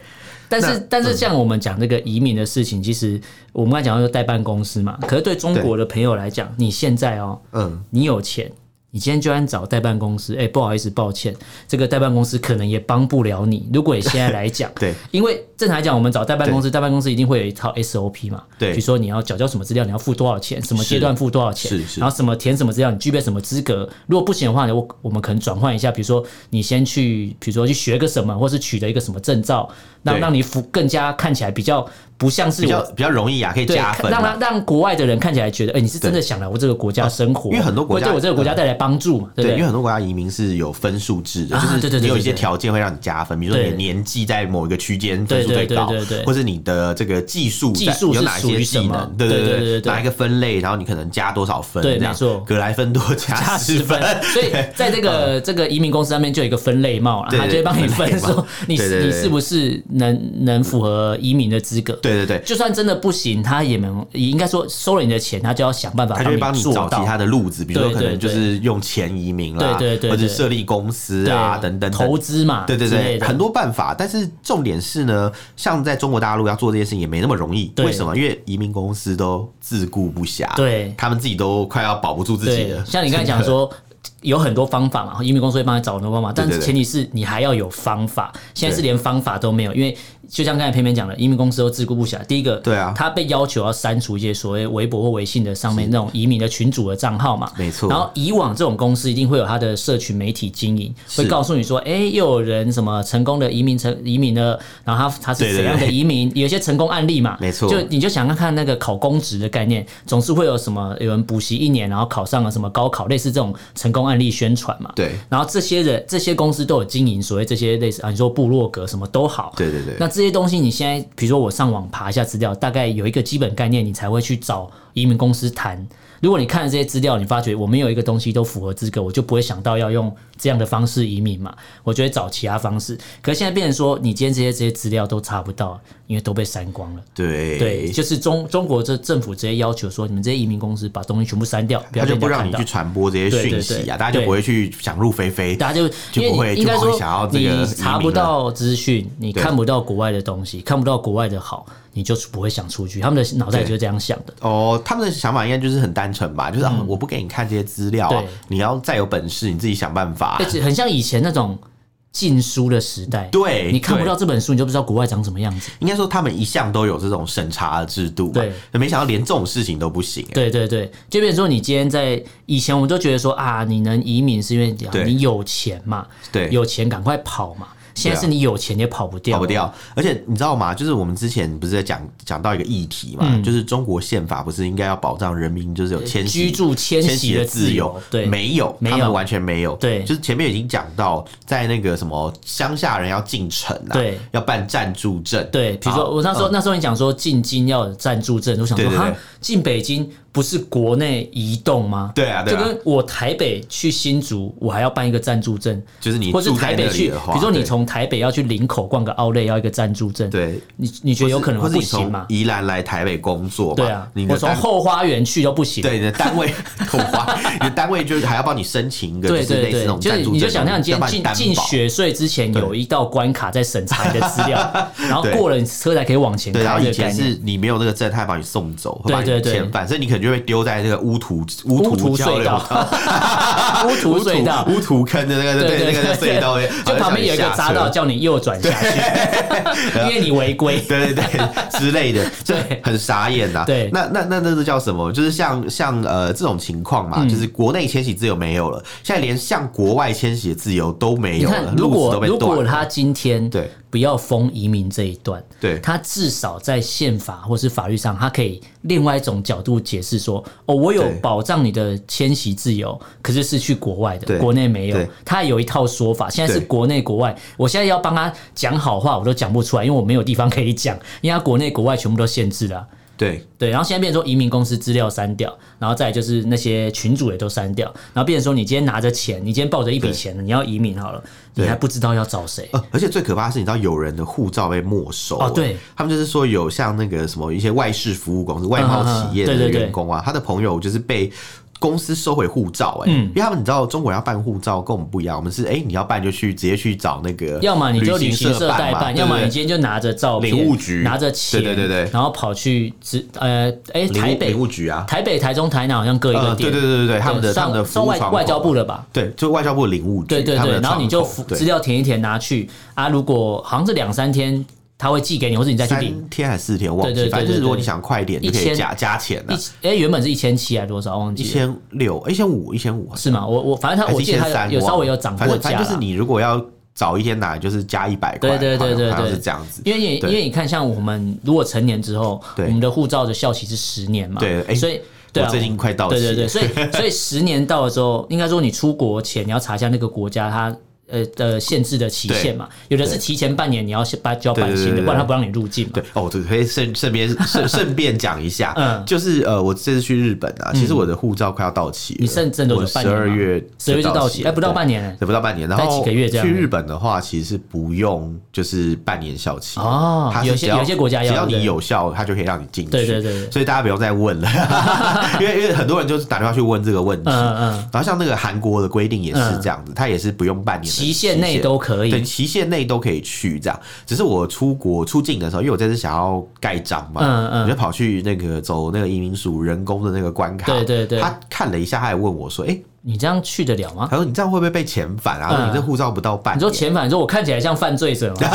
A: 但
B: 那嗯
A: 是但是像我们讲这个移民的事情，其实我们刚才讲到说代办公司嘛，可是对中国的朋友来讲，你现在哦，
B: 嗯，，
A: 你有钱，你今天就算找代办公司，哎、不好意思，抱歉，这个代办公司可能也帮不了你。如果你现在来讲
B: 对，
A: 因为正常来讲，我们找代办公司，代办公司一定会有一套 SOP 嘛，
B: 对
A: 比如说你要缴交什么资料，你要付多少钱，什么阶段付多少钱，
B: 是是
A: 然后什么填什么资料，你具备什么资格。如果不行的话，我我们可能转换一下，比如说你先去，比如说去学个什么，或是取得一个什么证照，让
B: 对
A: 让你服更加看起来比较不像是
B: 比较
A: 我。
B: 比较容易啊，可以
A: 对，
B: 加
A: 看
B: 分
A: 让
B: 啊哦
A: 他。让国外的人看起来觉得，哎、你是真的想来我这个国家生活，
B: 因为很多国家嗯
A: 会对我这个国家带来帮助嘛，对
B: 对，
A: 不
B: 因为
A: 对？
B: 很多国家移民是有分数制的，
A: 啊
B: 就
A: 对
B: 是
A: 对对
B: 你有一些
A: 对对
B: 条件会让你加分，比如说你
A: 对
B: 的年纪在某一个区间分数
A: 对对
B: 最
A: 对
B: 高
A: 对对，对
B: 或者你的这个技术
A: 技
B: 在
A: 术
B: 有
A: 是
B: 哪一
A: 属
B: 些
A: 于
B: 技
A: 什么
B: 能，对
A: 对对
B: 对
A: 对对
B: 哪一个分类，然后你可能加多少分，
A: 对
B: 这样
A: 没错
B: 格莱芬多加
A: 加
B: 十
A: 十
B: 分
A: 分，所以在这个这个移民公司上面就有一个分类帽啦，
B: 对
A: 他就会帮你
B: 分类
A: 分
B: 帽
A: 说你
B: 对对对
A: 你是不是能能符合移民的资格。
B: 对对对，
A: 就算真的不行，他也能也应该说收了你的钱，他就要想办法
B: 他就会帮你
A: 做
B: 找
A: 到
B: 其他的路子，比如说
A: 对
B: 可
A: 对
B: 能就
A: 对
B: 是用钱移民啦，
A: 对对对
B: 或者
A: 对
B: 设立公司
A: 对
B: 啊等等等
A: 投资嘛，
B: 对对
A: 之类
B: 对，
A: 的
B: 很多办法，但是重点是呢，像在中国大陆要做这件事情也没那么容易。
A: 对
B: 为什么？因为移民公司都自顾不暇，
A: 对
B: 他们自己都快要保不住自己
A: 对
B: 了。
A: 像你刚才讲说。有很多方法嘛， 移民公司会帮你找很多方法，但
B: 对对
A: 是
B: 对
A: 前提是你还要有方法。现在是连方法都没有，因为就像刚才偏偏讲的，移民公司都自顾不暇。第一个，
B: 对啊
A: 他被要求要删除一些所谓微博或微信的上面那种移民的群组的账号嘛，
B: 没错
A: 然后以往这种公司一定会有它的社群媒体经营，会告诉你说，哎、又有人什么成功的移民成移民了，然后他他
B: 对
A: 是
B: 对
A: 怎样的移民，有一些成功案例嘛，
B: 没错
A: 就你就想看看那个考公职的概念，总是会有什么有人补习一年，然后考上了什么高考，类似这种成功案例宣传嘛。
B: 对
A: 然后这些人这些公司都有经营所谓这些类似啊，你说部落格什么都好，
B: 对对对
A: 那这些东西你现在比如说我上网爬一下资料，大概有一个基本概念，你才会去找移民公司谈。如果你看了这些资料，你发觉我没有一个东西都符合资格，我就不会想到要用这样的方式移民嘛，我就会找其他方式。可是现在变成说，你今天这些这些资料都查不到，因为都被删光了。
B: 对
A: 对，就是中中国这政府直接要求说，你们这些移民公司把东西全部删掉，不要
B: 他就不
A: 被人家
B: 让
A: 看
B: 你
A: 到
B: 去传播这些
A: 对对
B: 讯
A: 对
B: 息啊，
A: 对
B: 大家就不会去想入非非。
A: 大家就
B: 就
A: 因
B: 不会
A: 为你应该
B: 就不
A: 说
B: 会想要这个
A: 你查不到资讯，你
B: 对
A: 看不到国外的东西，看不到国外的好，你就是不会想出去。他们的脑袋
B: 对
A: 就是这样想的。
B: 哦，他们的想法应该就是很单纯吧，就是、啊我不给你看这些资料啊
A: 嗯对，
B: 你要再有本事你自己想办法啊
A: 而。且很像以前那种禁书的时代，
B: 对
A: 你看不
B: 对
A: 到这本书，你就不知道国外长什么样子。
B: 应该说他们一向都有这种审查的制度嘛
A: 对，
B: 那没想到连这种事情都不行、欸。
A: 对对对，就变成说你今天在以前，我们都觉得说啊，你能移民是因为啊
B: 对
A: 你有钱嘛，
B: 对
A: 有钱赶快跑嘛。现在
B: 对啊
A: 是你有钱也跑不掉，
B: 跑不。掉，而且你知道吗？就是我们之前不是在讲讲到一个议题
A: 嗯
B: 嘛，就是中国宪法不是应该要保障人民就是有迁徙
A: 居住迁
B: 迁
A: 徙
B: 徙
A: 的
B: 自
A: 自由，对，
B: 没有，
A: 没
B: 他们
A: 有
B: 完全没有。
A: 对
B: 就是前面已经讲到，在那个什么乡下人要进城啊，
A: 对，
B: 要办暂住证，
A: 对，比如说
B: 好嗯
A: 我那时候、那时候你讲说进京要有暂住证，我想说
B: 对对对
A: 哈，进北京不是国内移动吗？
B: 对啊对
A: 就
B: 啊
A: 跟我台北去新竹，我还要办一个暂住证，
B: 就是你
A: 或是
B: 住在
A: 台北
B: 那里
A: 去，
B: 的
A: 比
B: 话，
A: 如说你
B: 对
A: 从台北要去林口逛个奥莱，要一个暂住证，，
B: 对。
A: 你你觉得有可能会
B: 或是
A: 不
B: 你
A: 行
B: 从
A: 吗？
B: 宜兰来台北工作嘛，
A: 对啊
B: 你，
A: 我
B: 的
A: 从
B: 单
A: 后花园去都不行。
B: 对你的单位 后花，你的单位就是还要帮你申请一个，
A: 对
B: 就是
A: 对
B: 类似那
A: 对，
B: 种
A: 就是
B: 暂住证，
A: 你就想象你今
B: 要帮
A: 天进
B: 你担
A: 进
B: 保
A: 雪隧之前有一道关卡在审查你的资 料，然后
B: 对
A: 过了你车才可以往前
B: 对，然
A: 开
B: 后
A: 这个
B: 以
A: 概
B: 前
A: 念。
B: 是你没有那个证，他还把你送走，会把你
A: 对对对
B: 遣返，所以你可能就被丢在这个乌土乌
A: 乌
B: 土
A: 土
B: 交
A: 隧
B: 流
A: 道， 乌土隧道，
B: 乌土坑的那个
A: 对
B: 对
A: 对
B: 那个隧道，哎
A: 就旁边有一个匝道，叫你右转下去，因 为你违规。
B: 对 对对之类的，就
A: 对
B: 很傻眼呐、
A: 对
B: 那那那那个叫什么？就是像像呃这种情况
A: 嗯
B: 嘛，就是国内迁徙自由没有了，现在连向国外迁徙的自由都没
A: 你
B: 有
A: 看
B: 了，，
A: 如
B: 路子
A: 果
B: 都被
A: 如
B: 断
A: 果
B: 了。
A: 他今天
B: 对
A: 不要封移民这一段，
B: 对
A: 他至少在宪法或是法律上，他可以另外一种角度解释说：哦，我有
B: 对
A: 保障你的迁徙自由，可是是去国外
B: 对
A: 的，国内没有
B: 对。
A: 他有一套说法，现在是
B: 对
A: 国内国外，我现在要帮他讲好话，我都讲不出来，因为我没有地方可以讲，因为他国内国外全部都限制了啊、
B: 对
A: 对，然后现在变成说移民公司资料删掉，然后再来就是那些群主也都删掉，然后变成说你今天拿着钱，你今天抱着一笔
B: 对
A: 钱，你要移民好了，你
B: 对
A: 还不知道要找谁。
B: 呃，而且最可怕的是，你知道有人的护照被没收
A: 哦
B: 欸
A: 对，
B: 他们就是说有像那个什么一些外事服务公司、外贸企
A: 嗯
B: 业
A: 嗯嗯对
B: 的
A: 对对
B: 员工啊，他的朋友就是被。公司收回护照、欸，哎、
A: 嗯
B: 因为他们你知道中国人要办护照跟我们不一样，我们是哎、欸你要办就去直接去找那个，
A: 要么你就旅行
B: 行
A: 社代
B: 办嘛，
A: 办，
B: 对
A: 要
B: 不
A: 么
B: 对
A: 你今天就拿着照片，
B: 领物局
A: 拿着钱，
B: 对对对对
A: 然后跑去直呃，哎，
B: 领物
A: 台北
B: 领、物局啊，
A: 台北、台中、台南好像各一个
B: 呃，对
A: 店，
B: 对
A: 对，
B: 对对对，他们的他
A: 上
B: 们的服
A: 上
B: 务
A: 外
B: 窗口
A: 外交部的吧，
B: 对，就外交部领务局，
A: 对对
B: 他们
A: 对，
B: 的
A: 然后你就
B: 窗口
A: 资
B: 对
A: 料填一填拿去啊，如果好像是两三天他会寄给你，或者你再去领。
B: 三天还是四天，忘
A: 对对
B: 记，
A: 对
B: 反正就是
A: 对对
B: 如果你想快一点，
A: 一
B: 就可以
A: 千
B: 加加钱了、
A: 一
B: 啊，
A: 哎、原本是一千七还是多少，忘记
B: 一
A: 了。
B: 千六、一千五、一千五，
A: 是吗？我我反正他
B: 还
A: 啊我
B: 是一
A: 记得
B: 千
A: 他
B: 三，
A: 有有
B: 我
A: 稍
B: 忘
A: 微
B: 了
A: 有涨
B: 反
A: 过
B: 正反
A: 价
B: 正就是
A: 啦。
B: 你如果要早一天拿，就是加一百块，
A: 对对对
B: 好像
A: 对
B: 好像
A: 对
B: 是这样子。
A: 因为你
B: 对
A: 因为你看，像我们如果成年之后，我
B: 对
A: 们的护照的效期是十年嘛，
B: 对哎
A: 所以对啊，
B: 我最近快到期
A: 对
B: 了，
A: 对对，所以 所以十年到了之后，应该说你出国前你要查一下那个国家它呃的限制的期限嘛，有的是提前半年你要先把交办
B: 对
A: 新
B: 对
A: 的，
B: 对对
A: 不然他不让你入境嘛。
B: 对哦，对，可以顺 顺便顺顺便讲一下，
A: 嗯
B: 就是呃，我这次去日本啊，其实我的护照快要到期了，
A: 你剩剩多久
B: 我
A: 半
B: 十
A: 年吗
B: 二月
A: 十二月就到期，
B: 了
A: 哎，不到
B: 对
A: 半年
B: 对，不到半年，然
A: 大概
B: 后
A: 几个月这样
B: 去日本的话，其实是不用就是半年效期的
A: 哦
B: 它是
A: 有些
B: 只要
A: 有些国家要
B: 只要
A: 对
B: 你有效，它就可以让你进去。
A: 对对对对
B: 所以大家不用再问了， 因为因为很多人就是打电话去问这个问题。
A: 嗯嗯
B: 然后像那个韩国的规定也是这样子，它也是不用半年的
A: 期限内都可以
B: 对，期限内都可以去这样。只是我出国出境的时候，因为我这次想要盖章嘛，
A: 嗯嗯
B: 我就跑去那个走那个移民署人工的那个关卡，
A: 对对对
B: 他看了一下，他还问我说：“哎、
A: 你这样去得了吗？
B: 他说你这样会不会被遣返啊？
A: 嗯
B: 你这护照不到半
A: 你
B: 年
A: 说。遣返，你说我看起来像犯罪者吗？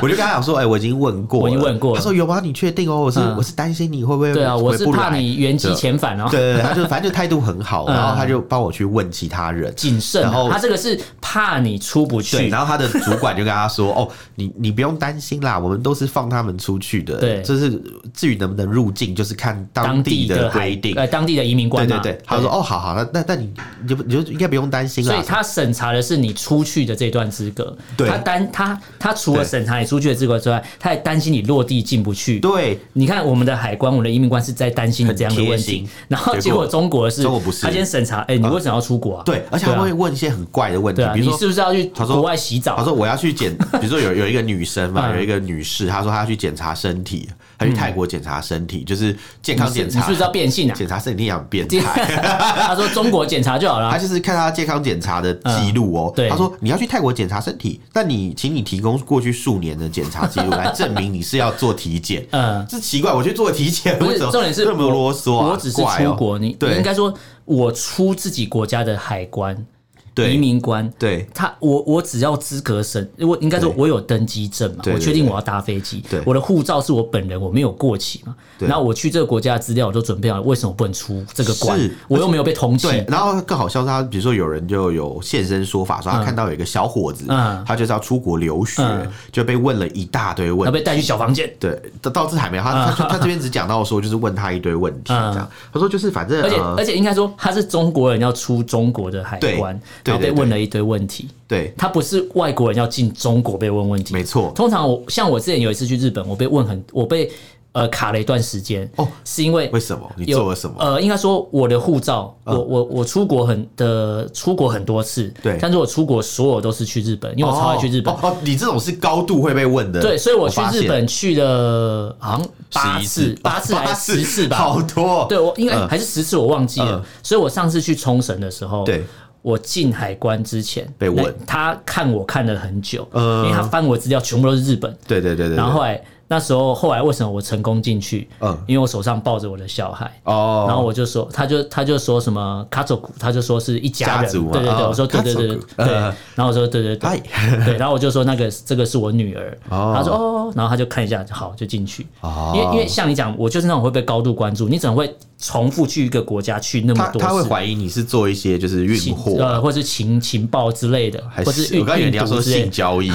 B: 我就跟他讲说，哎、我已经问过了，
A: 我已经问过了
B: 他说有吗？你确定哦？我是、
A: 嗯
B: 我是担心你会不会
A: 对啊，我是
B: 回不来
A: 怕你原籍遣返哦，
B: 对对对，他就反正就态度 很好，
A: 嗯
B: 然后他就帮我去问其他人。
A: 谨慎啊
B: 然。后
A: 他这个是怕你出不
B: 对，
A: 去，
B: 然后他的主管就跟 他说：“哦，你你不用担心啦，我们都是放他们出去的。
A: 对
B: 就是至于能不能入境，就是看当
A: 当地
B: 地的
A: 的
B: 规
A: 海
B: 定。
A: 呃，当地的移民
B: 对
A: 官
B: 对
A: 嘛。
B: 对，他就说：“哦，好好，那那那你你就你就应该不用担心
A: 所以
B: 啦。
A: 他审查的是你出去的这段资格，
B: 对
A: 他担他他除了
B: 对
A: 审查你出去的资格之外，他还担心你落地进不去。
B: 对，
A: 你看我们的海关，我们的移民官是在担心你这样的问
B: 很贴
A: 题
B: 心，
A: 然后
B: 结
A: 结
B: 果
A: 果中国是，
B: 中国不是
A: 他先审查，哎，你为什么要出国啊？
B: 对，而且他
A: 啊
B: 会问一些很怪的问题
A: 对，啊，
B: 比
A: 你
B: 如说
A: 是不是要去
B: 说
A: 国外洗
B: 他
A: 澡？
B: 说我要去检， 比如说有有一个女生嘛，
A: 嗯
B: 有一个女士，她说她要去检查身体，她去泰国检查身体，就是健
A: 你
B: 康
A: 是
B: 检
A: 嗯你
B: 查
A: 是不，是要变性啊？
B: 检查身体你想变态。
A: 他说中国检查就好了
B: 他
A: 啊，
B: 就是看他健康检查的记录哦。
A: 嗯对
B: 他说你要去泰国检查身体，那你请你提供过去数年的检查记录来证明你是要做体检。
A: 嗯。
B: 这奇怪，我去做体检，
A: 不
B: 为
A: 是
B: 什么
A: 重点是
B: 这么
A: 我
B: 啰嗦啊？
A: 我只是
B: 怪哦
A: 出国，你你
B: 对
A: 应该说，我出自己国家的海关、
B: 对
A: 移民关，
B: 对
A: 他我我只要资格审，我应该说
B: 对
A: 我有登机证嘛，
B: 对对
A: 我确定我要搭飞机
B: 对，
A: 我的护照是我本人，我没有过期嘛，
B: 对
A: 然后我去这个国家的资料我都准备好了，为什么不能出这个关
B: 是？
A: 我又没有被通
B: 对
A: 缉，，
B: 然后更好笑是他，比如说有人就有现身说法，说他看到有一个小伙子，
A: 嗯
B: 他就是要出国留学，
A: 嗯
B: 就被问了一大堆
A: 要
B: 问题
A: 被带去小房间，
B: 对，到到这还没有，他他就他这边只讲到说，就是问他一堆问题，这
A: 嗯
B: 样。他说就是反正
A: 而且
B: 呃
A: 而且应该说他是中国人要出中国的海关，
B: 对对
A: 然后被
B: 对对
A: 问了一堆问题，
B: 对，
A: 他不是外国人要进中国被问问题，
B: 没错
A: 通常我像我之前有一次去日本，我被问很，我被呃卡了一段时间
B: 哦
A: 是因为
B: 为什么你
A: 有
B: 做了什么？嗯
A: 呃，应该说我的护照，我我我出国很的出国很多次，
B: 对
A: 但是我出国所有都是去日本，因为我超爱去日本
B: 哦。。哦，你这种是高度会被问的。
A: 对，所以我去
B: 发现
A: 日本去了好像八
B: 11
A: 次，八次还是十次吧，
B: 哦好多。
A: 对，我应该
B: 哦嗯
A: 还是十次，我忘记了。
B: 嗯
A: 所以我上次去冲绳的时候，
B: 对。
A: 我进海关之前
B: 被问
A: 那他看我看了很久，
B: 嗯
A: 因为他翻我资料全部都是日本。
B: 对对对对对。
A: 然后后来那时候后来为什么我成功进去？
B: 嗯
A: 因为我手上抱着我的小孩。
B: 哦，
A: 然后我就说，他就他就说什么卡佐古，他就说是一家
B: 家
A: 人，
B: 族嘛
A: 对对对，
B: 哦
A: 我说对对对
B: 家
A: 对
B: 族，
A: 对
B: 呃
A: 然后我说对对对
B: 嗨，
A: 对，然后我就说那个这个是我女儿，
B: 哦
A: 他说哦，然后他就看一下，好就进去，
B: 哦
A: 因为因为像你讲，我就是那种会被高度关注，你怎么会重复去一个国家去那么
B: 他
A: 多
B: 他会
A: 次？
B: 怀疑你是做一些就是运
A: 情
B: 货，
A: 呃，或是情情报之类的，
B: 还
A: 或是运
B: 我刚才以为
A: 运
B: 你要
A: 毒
B: 说
A: 之类
B: 性
A: 的，
B: 交易，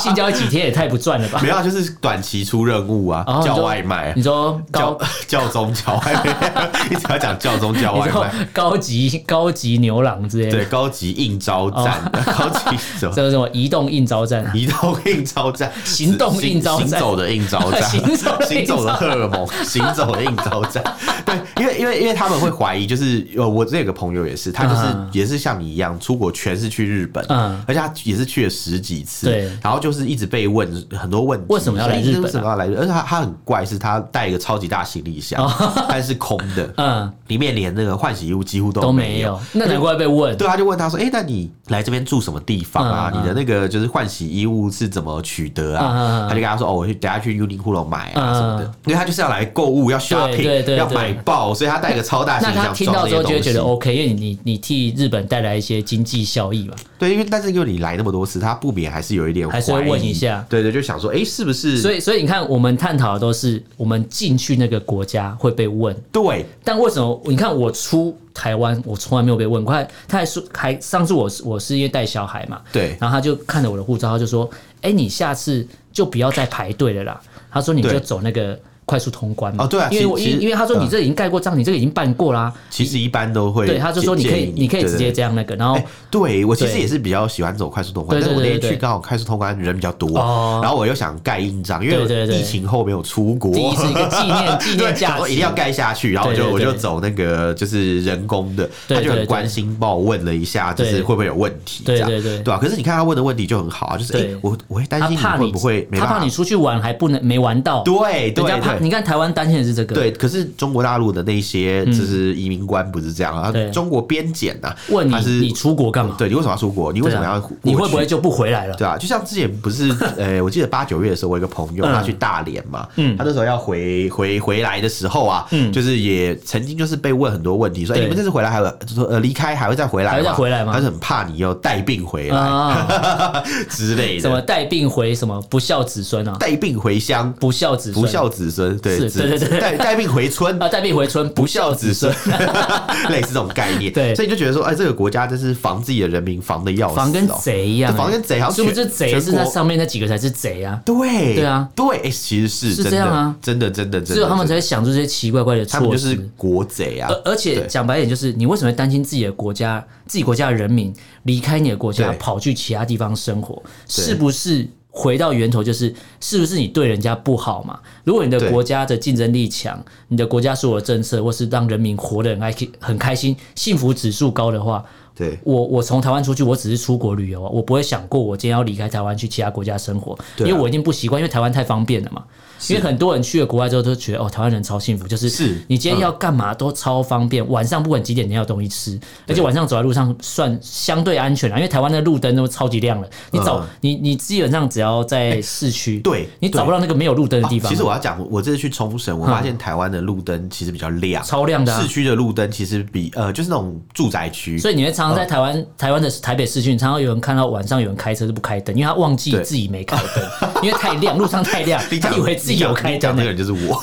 A: 性交易几天也太不赚了吧？
B: 没有，就是短期出任务啊
A: 然哦后，你
B: 叫
A: 说
B: 外卖
A: 你。说
B: 教
A: 高，
B: 教宗教外卖， 你只要讲教宗教
A: 你
B: 外
A: 说
B: 卖，
A: 高级高级牛郎之类的
B: 对，，高级应招站，
A: 哦
B: 高级什么
A: 这个什么移动应招站啊，
B: 移动应招站，
A: 行动应招站
B: 行走的应招站，
A: 行走的
B: 行走的荷尔 蒙，行走的应招站。对，因为因为因为他们会怀疑，就是呃，我这个朋友也是，他就是、
A: 嗯
B: 也是像你一样，出国全是去日本，
A: 嗯
B: 而且他也是去了十几次，
A: 对
B: 然后就是一直被问很多问题，
A: 为什么要来
B: 说哎
A: 日本啊
B: 为什么要来日本？而且他他很怪，是他带一个超级大行李箱，
A: 哦
B: 但是空 的，
A: 嗯，
B: 里面连那个换洗衣物几乎都
A: 都
B: 没
A: 没
B: 有
A: 有，，那难怪被问。
B: 对，他就问他说：“哎、那你来这边住什么地方啊？
A: 嗯嗯
B: 你的那个就是换洗衣物是怎么取得啊？”
A: 嗯嗯嗯
B: 他就跟他说：“哦，我去等下去 Uniqlo 买啊什么的，
A: 嗯嗯
B: 因为他就是要来购物，要 shopping，
A: 对对
B: 要
A: 对
B: 买爆，所以他带个超大
A: 那
B: 行李
A: 他
B: 箱
A: 听到
B: 装
A: 之
B: 这
A: 后就
B: 些
A: 会觉
B: 东
A: 得哦
B: 西。
A: OK，因为你你你替日本带来一些经济效益嘛，
B: 对，因为但是因为你来那么多次，他不免还是有一点
A: 还是会
B: 怀疑
A: 问一下
B: 对对，就想说：哎、是不是？
A: 所
B: 以
A: 以所以你看，我们探讨的都是我们进去那个国家会被问，
B: 对
A: 但为什么你看我出台湾，我从来没有被问过，他还他还说还上次我是我是因为带小孩嘛，
B: 对
A: 然后他就看着我的护照，他就说：“哎、你下次就不要再排队了啦。”他说：“你
B: 对
A: 就走那个快速通关嘛。”
B: 哦对啊
A: 因为我
B: 其实
A: 因因为他说
B: 嗯
A: 你这已经盖过章，你这个已经办过啦、
B: 其实一般都会建。
A: 对，他就说你可
B: 建
A: 以
B: 议，
A: 你可以直接。这样那个，然后
B: 哎、对我其实
A: 对
B: 也是比较喜欢走快速通关，
A: 对
B: 但
A: 对
B: 是我那
A: 对
B: 天
A: 对
B: 去
A: 对
B: 刚好快速通关人比较多，
A: 哦
B: 然后我又想盖印章，因为
A: 对对对
B: 疫情后没有出国，
A: 第一次一个纪念纪
B: 对，
A: 念价
B: 我
A: 值，
B: 一定要盖下去，然后我就
A: 对对对
B: 我就走那个就是人工的，
A: 对
B: 他就很
A: 对对
B: 关心帮我问了一下，就
A: 对
B: 是会不会有问题，
A: 对
B: 这样
A: 对对
B: 对吧？可是你看他问的问题就很好啊，就是哎
A: 对，
B: 我我会担
A: 他
B: 心你
A: 怕
B: 会
A: 你
B: 不会没
A: 他
B: 办
A: 怕
B: 法
A: 你，出去玩还不能没玩到，
B: 对对
A: 人家怕
B: 对
A: 你看台湾担心的是这个，，
B: 对，可是中国大陆的那些就是移民官不是这样啊，
A: 嗯对
B: 中国边检呐，
A: 问你
B: 他是
A: 你出国干嘛？
B: 对你为什么要出国？你为
A: 对
B: 什么
A: 啊，
B: 要？
A: 你会不会？就不回来了？
B: 对啊， 就像之前不是，呃，我记得八九月的时候，我有一个朋友，
A: 嗯
B: 他去大连嘛，他那时候要回回回来的时候啊，就是也曾经就是被问很多问题，说哎
A: 嗯对
B: 你们这次回来还有，就说呃离开还会再回来吗，
A: 还会再回来吗
B: 他是很怕你又带病回 来
A: 啊，
B: 之类
A: 什么
B: 的，
A: 带病回什么不孝子孙啊，
B: 带病回乡，
A: 不孝子孙
B: 不孝子孙，对
A: 是
B: 子
A: 对对对
B: 带带病回村，
A: 啊，带病回村 不
B: 不孝子孙， 类似这种概念。
A: 对
B: 所以你就觉得说，哎，这个国家真是防自己的人民防的要死、哦，
A: 防跟贼一样、啊
B: 对防跟贼好像
A: 是不是
B: 全
A: 贼
B: 全
A: 是在
B: 国
A: 上面那几个才是贼啊？
B: 对
A: 对啊，
B: 对，哎其实是
A: 是
B: 真
A: 这
B: 的
A: 样啊
B: 真的真的真的，
A: 只有他们才
B: 真的
A: 会想出这些奇怪怪的
B: 他们
A: 措
B: 就
A: 施
B: 是。国贼啊
A: 而。而且
B: 对
A: 讲白一点，就是你为什么会担心自己的国家、自己国家的人民离开你的国家，
B: 对
A: 跑去其他地方生活？
B: 对
A: 是不是回到源头就是是不是你对人家不好嘛？如果你的
B: 对
A: 国家的竞争力强，你的国家所有的政策或是让人民活得很开很开心，幸福指数高的话，
B: 对
A: 我我从台湾出去，我只是出国旅游啊，我不会想过我今天要离开台湾去其他国家生活，
B: 对啊
A: 因为我一定不习惯，因为台湾太方便了嘛。因为很多人去了国外之后都觉得哦，台湾人超幸福，就是
B: 是嗯
A: 你今天要干嘛都超方便，晚上不管几点你要有东西吃，而且晚上走在路上算相对安全了，因为台湾的路灯都超级亮了，你走、
B: 嗯哎
A: 你你基本上只要在市区，
B: 对
A: 你找不到那个没有路灯的
B: 啊
A: 地方，嗯
B: 其实我要讲，我这次去冲绳，我发现台湾的路灯其实比较亮，
A: 超亮的啊
B: 市区的路灯其实比呃，就是那种住宅区，
A: 所以你会常常在
B: 嗯
A: 台湾、台湾的台北市区，你常常有人看到晚上有人开车是不开灯，因为他忘记
B: 对
A: 自己没开灯， 因为太亮，路上太 亮
B: 你，
A: 他
B: 讲
A: 以为自己有开
B: 你讲
A: 灯
B: 你
A: 欸、
B: 讲这个人就是我，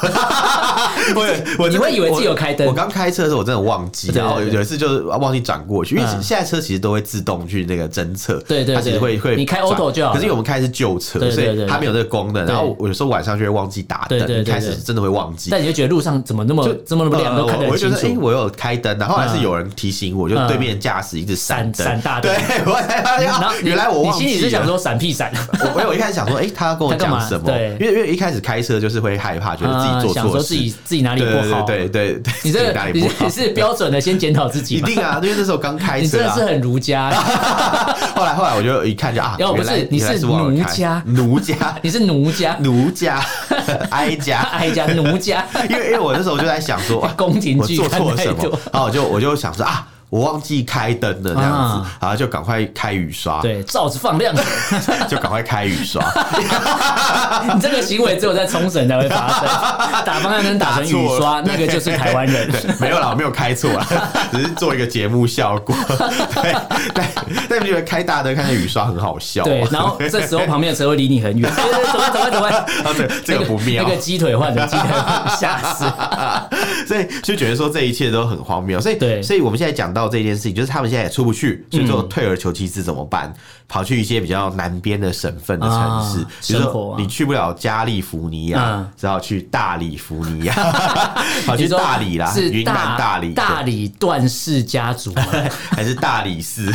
B: 我也 我
A: 你
B: 真的
A: 会以为自己有开灯
B: 我我刚开车的时候我真的忘记，
A: 对
B: 然后
A: 对对
B: 有一次就是忘记转过去，因为
A: 嗯
B: 现在车其实都会自动去那个侦测，
A: 对对对
B: 它其实会会
A: 你开
B: 转
A: auto 就好了
B: 可是因为我们开的是旧车，
A: 对对
B: 所
A: 对
B: 以它没有这个功能。然后
A: 对
B: 我有时候晚上就会忘记打
A: 对对
B: 灯，
A: 对
B: 一开始
A: 对
B: 真的会忘记。
A: 但你就觉得路上怎么那么怎么那么亮，都看得很
B: 呃我我
A: 清
B: 就觉得哎，诶
A: 楚。
B: 我有开灯，然后后来是
A: 嗯
B: 有人提醒我，就
A: 嗯
B: 对面驾驶一直闪灯，
A: 闪闪大灯
B: 对， 我才发现
A: 然后
B: 啊
A: 你
B: 原来我
A: 你
B: 忘记
A: 心里是
B: 了
A: 想说闪屁闪，
B: 我我有一开始想说，哎、他要跟我
A: 他干
B: 讲
A: 嘛
B: 什么？
A: 对
B: 因为因为一开始开车就是会害怕，觉得自己
A: 啊
B: 做
A: 想
B: 错
A: 说
B: 事，
A: 自己自己哪里
B: 对
A: 不好，
B: 对对对对，
A: 你这
B: 自己
A: 个
B: 哪里
A: 你
B: 不
A: 是
B: 好
A: 你？是标准的先检讨自己
B: 一
A: 嘛，
B: 定 啊，因为那时候刚开
A: 你真
B: 车
A: 的
B: 啊
A: 是。很儒家，
B: 后来后来我就一看就啊，
A: 要不
B: 原来
A: 是你
B: 原来
A: 是
B: 是忘了
A: 奴
B: 开
A: 家
B: 奴家
A: 你是奴家，
B: 奴家哀家，
A: 哀家奴家，
B: 因为因为我那时候就在想 说，哇
A: 宫廷
B: 我
A: 剧
B: 做
A: 看
B: 错了
A: 太
B: 什
A: 多
B: 么，然后我就我就想说啊。我忘记开灯了，这样子
A: 啊，
B: 然后就赶快开雨刷，
A: 对，罩子放亮，
B: 就赶快开雨刷，
A: 你这个行为只有在冲绳才会发 生，打方向灯打成雨刷，那个就是 台湾人。
B: 对，没有啦，我没有开错 啦，只是做一个节目效果。对，但但你觉得开大灯看见雨刷很好笑啊吗？
A: 对，然后这时候旁边的车会离你很远，对对对走开走开走开，
B: 啊，对，这个不妙啊
A: 那，个鸡腿换成鸡腿换，吓 死！
B: 所以就觉得说这一切都很荒谬。所以，
A: 对嗯
B: 所以我们现在讲到这件事情，就是他们现在也出不去，所以说退而求其次怎么办？跑去一些比较南边的省份的城市，
A: 啊
B: 比如
A: 生活
B: 说
A: 啊
B: 你去不了加利福尼亚
A: 嗯，
B: 只好去大理福尼 亚，跑去
A: 你说
B: 大理啦，
A: 是
B: 云南大理，
A: 大
B: 对
A: 理段氏家族 嘛，
B: 还是大理寺。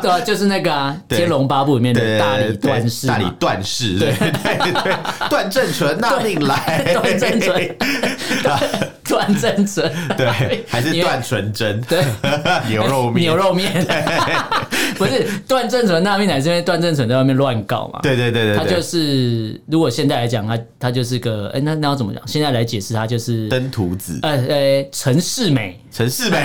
A: 对啊，就是那个啊，《
B: 对
A: 天龙八部》里面的大理段氏
B: 大理
A: 嘛，
B: 段氏，对对对，段正淳纳命来，
A: 段正淳，段正淳，
B: 对，还是
A: 因为
B: 段纯真，
A: 对，
B: 牛肉面，
A: 牛，肉面， 不是段正淳那命乃是因为段正淳在外面乱搞嘛，
B: 对对对
A: 他
B: 对
A: 就
B: 对，
A: 是，如果现在来讲，他他就是个，哎、那那要怎么讲？现在来解释，他就是，
B: 登徒子，
A: 呃呃，陈世美，
B: 陈世美，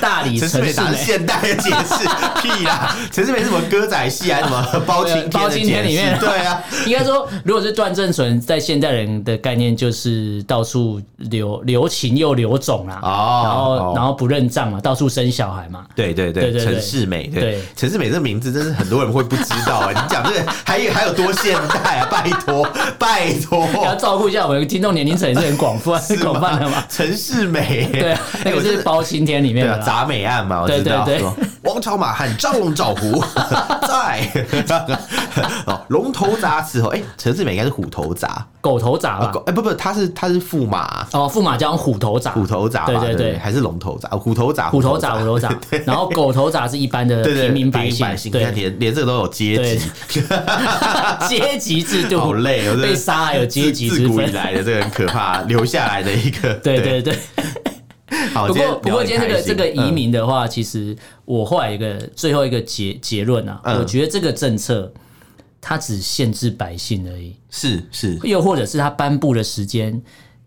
A: 大理
B: 陈 世
A: 陈
B: 美
A: 世
B: 哪是
A: 美，
B: 现代的解 释？屁啦，陈世美是什么歌仔戏啊还是什么包青天
A: 包
B: 的
A: 青天
B: 解
A: 里面
B: 释？对 啊，
A: 应该说，如果是段正淳，在现代人的概念就是到处留留情又留种啦，
B: 哦
A: 然后、
B: 哦
A: 然后不认账嘛，到处生小孩嘛，
B: 对对对
A: 对对对
B: 陈世美，对
A: 对
B: 陈世美这个名字，真是很多人会不知道啊！你讲这个还有还有多现代啊？拜托拜托，
A: 要照顾一下我们听众年龄层也是很广泛
B: 哦 是吗
A: 广泛的嘛，
B: 陈世美，
A: 对啊，那
B: 哎，
A: 个
B: 我真
A: 是
B: 的
A: 包青天里面
B: 对
A: 的啦。
B: 啊，铡美案嘛，我知道。
A: 对对对
B: 说王朝马汉张龙 赵虎在 哦，龙头铡伺候。哎，陈世美应该是虎头铡，
A: 狗头铡吧
B: 狗，哎不不，他是他是驸马。
A: 哦，驸马叫虎头铡，
B: 虎头铡吧，
A: 对
B: 对
A: 对对
B: 还是龙头铡？哦虎头铡，
A: 虎头铡，虎头 铡，然后狗头铡是一般的
B: 对对，
A: 平民
B: 百
A: 百姓，
B: 姓，你看
A: 对，
B: 连连这个都有阶级，
A: 阶级制度
B: 好 累哦，真的
A: 被杀还有阶级
B: 自
A: 之
B: 自古以
A: 分，
B: 来的这个很可怕，留下来的一个，
A: 对对对。
B: 好，
A: 不过
B: 天
A: 不过今天这
B: 聊得
A: 个
B: 很
A: 这个
B: 开心嗯
A: 移民的话，其实我后来有一个最后一个结结论啊，
B: 嗯
A: 我觉得这个政策它只限制百姓而已，
B: 是是，
A: 又或者是他颁布的时间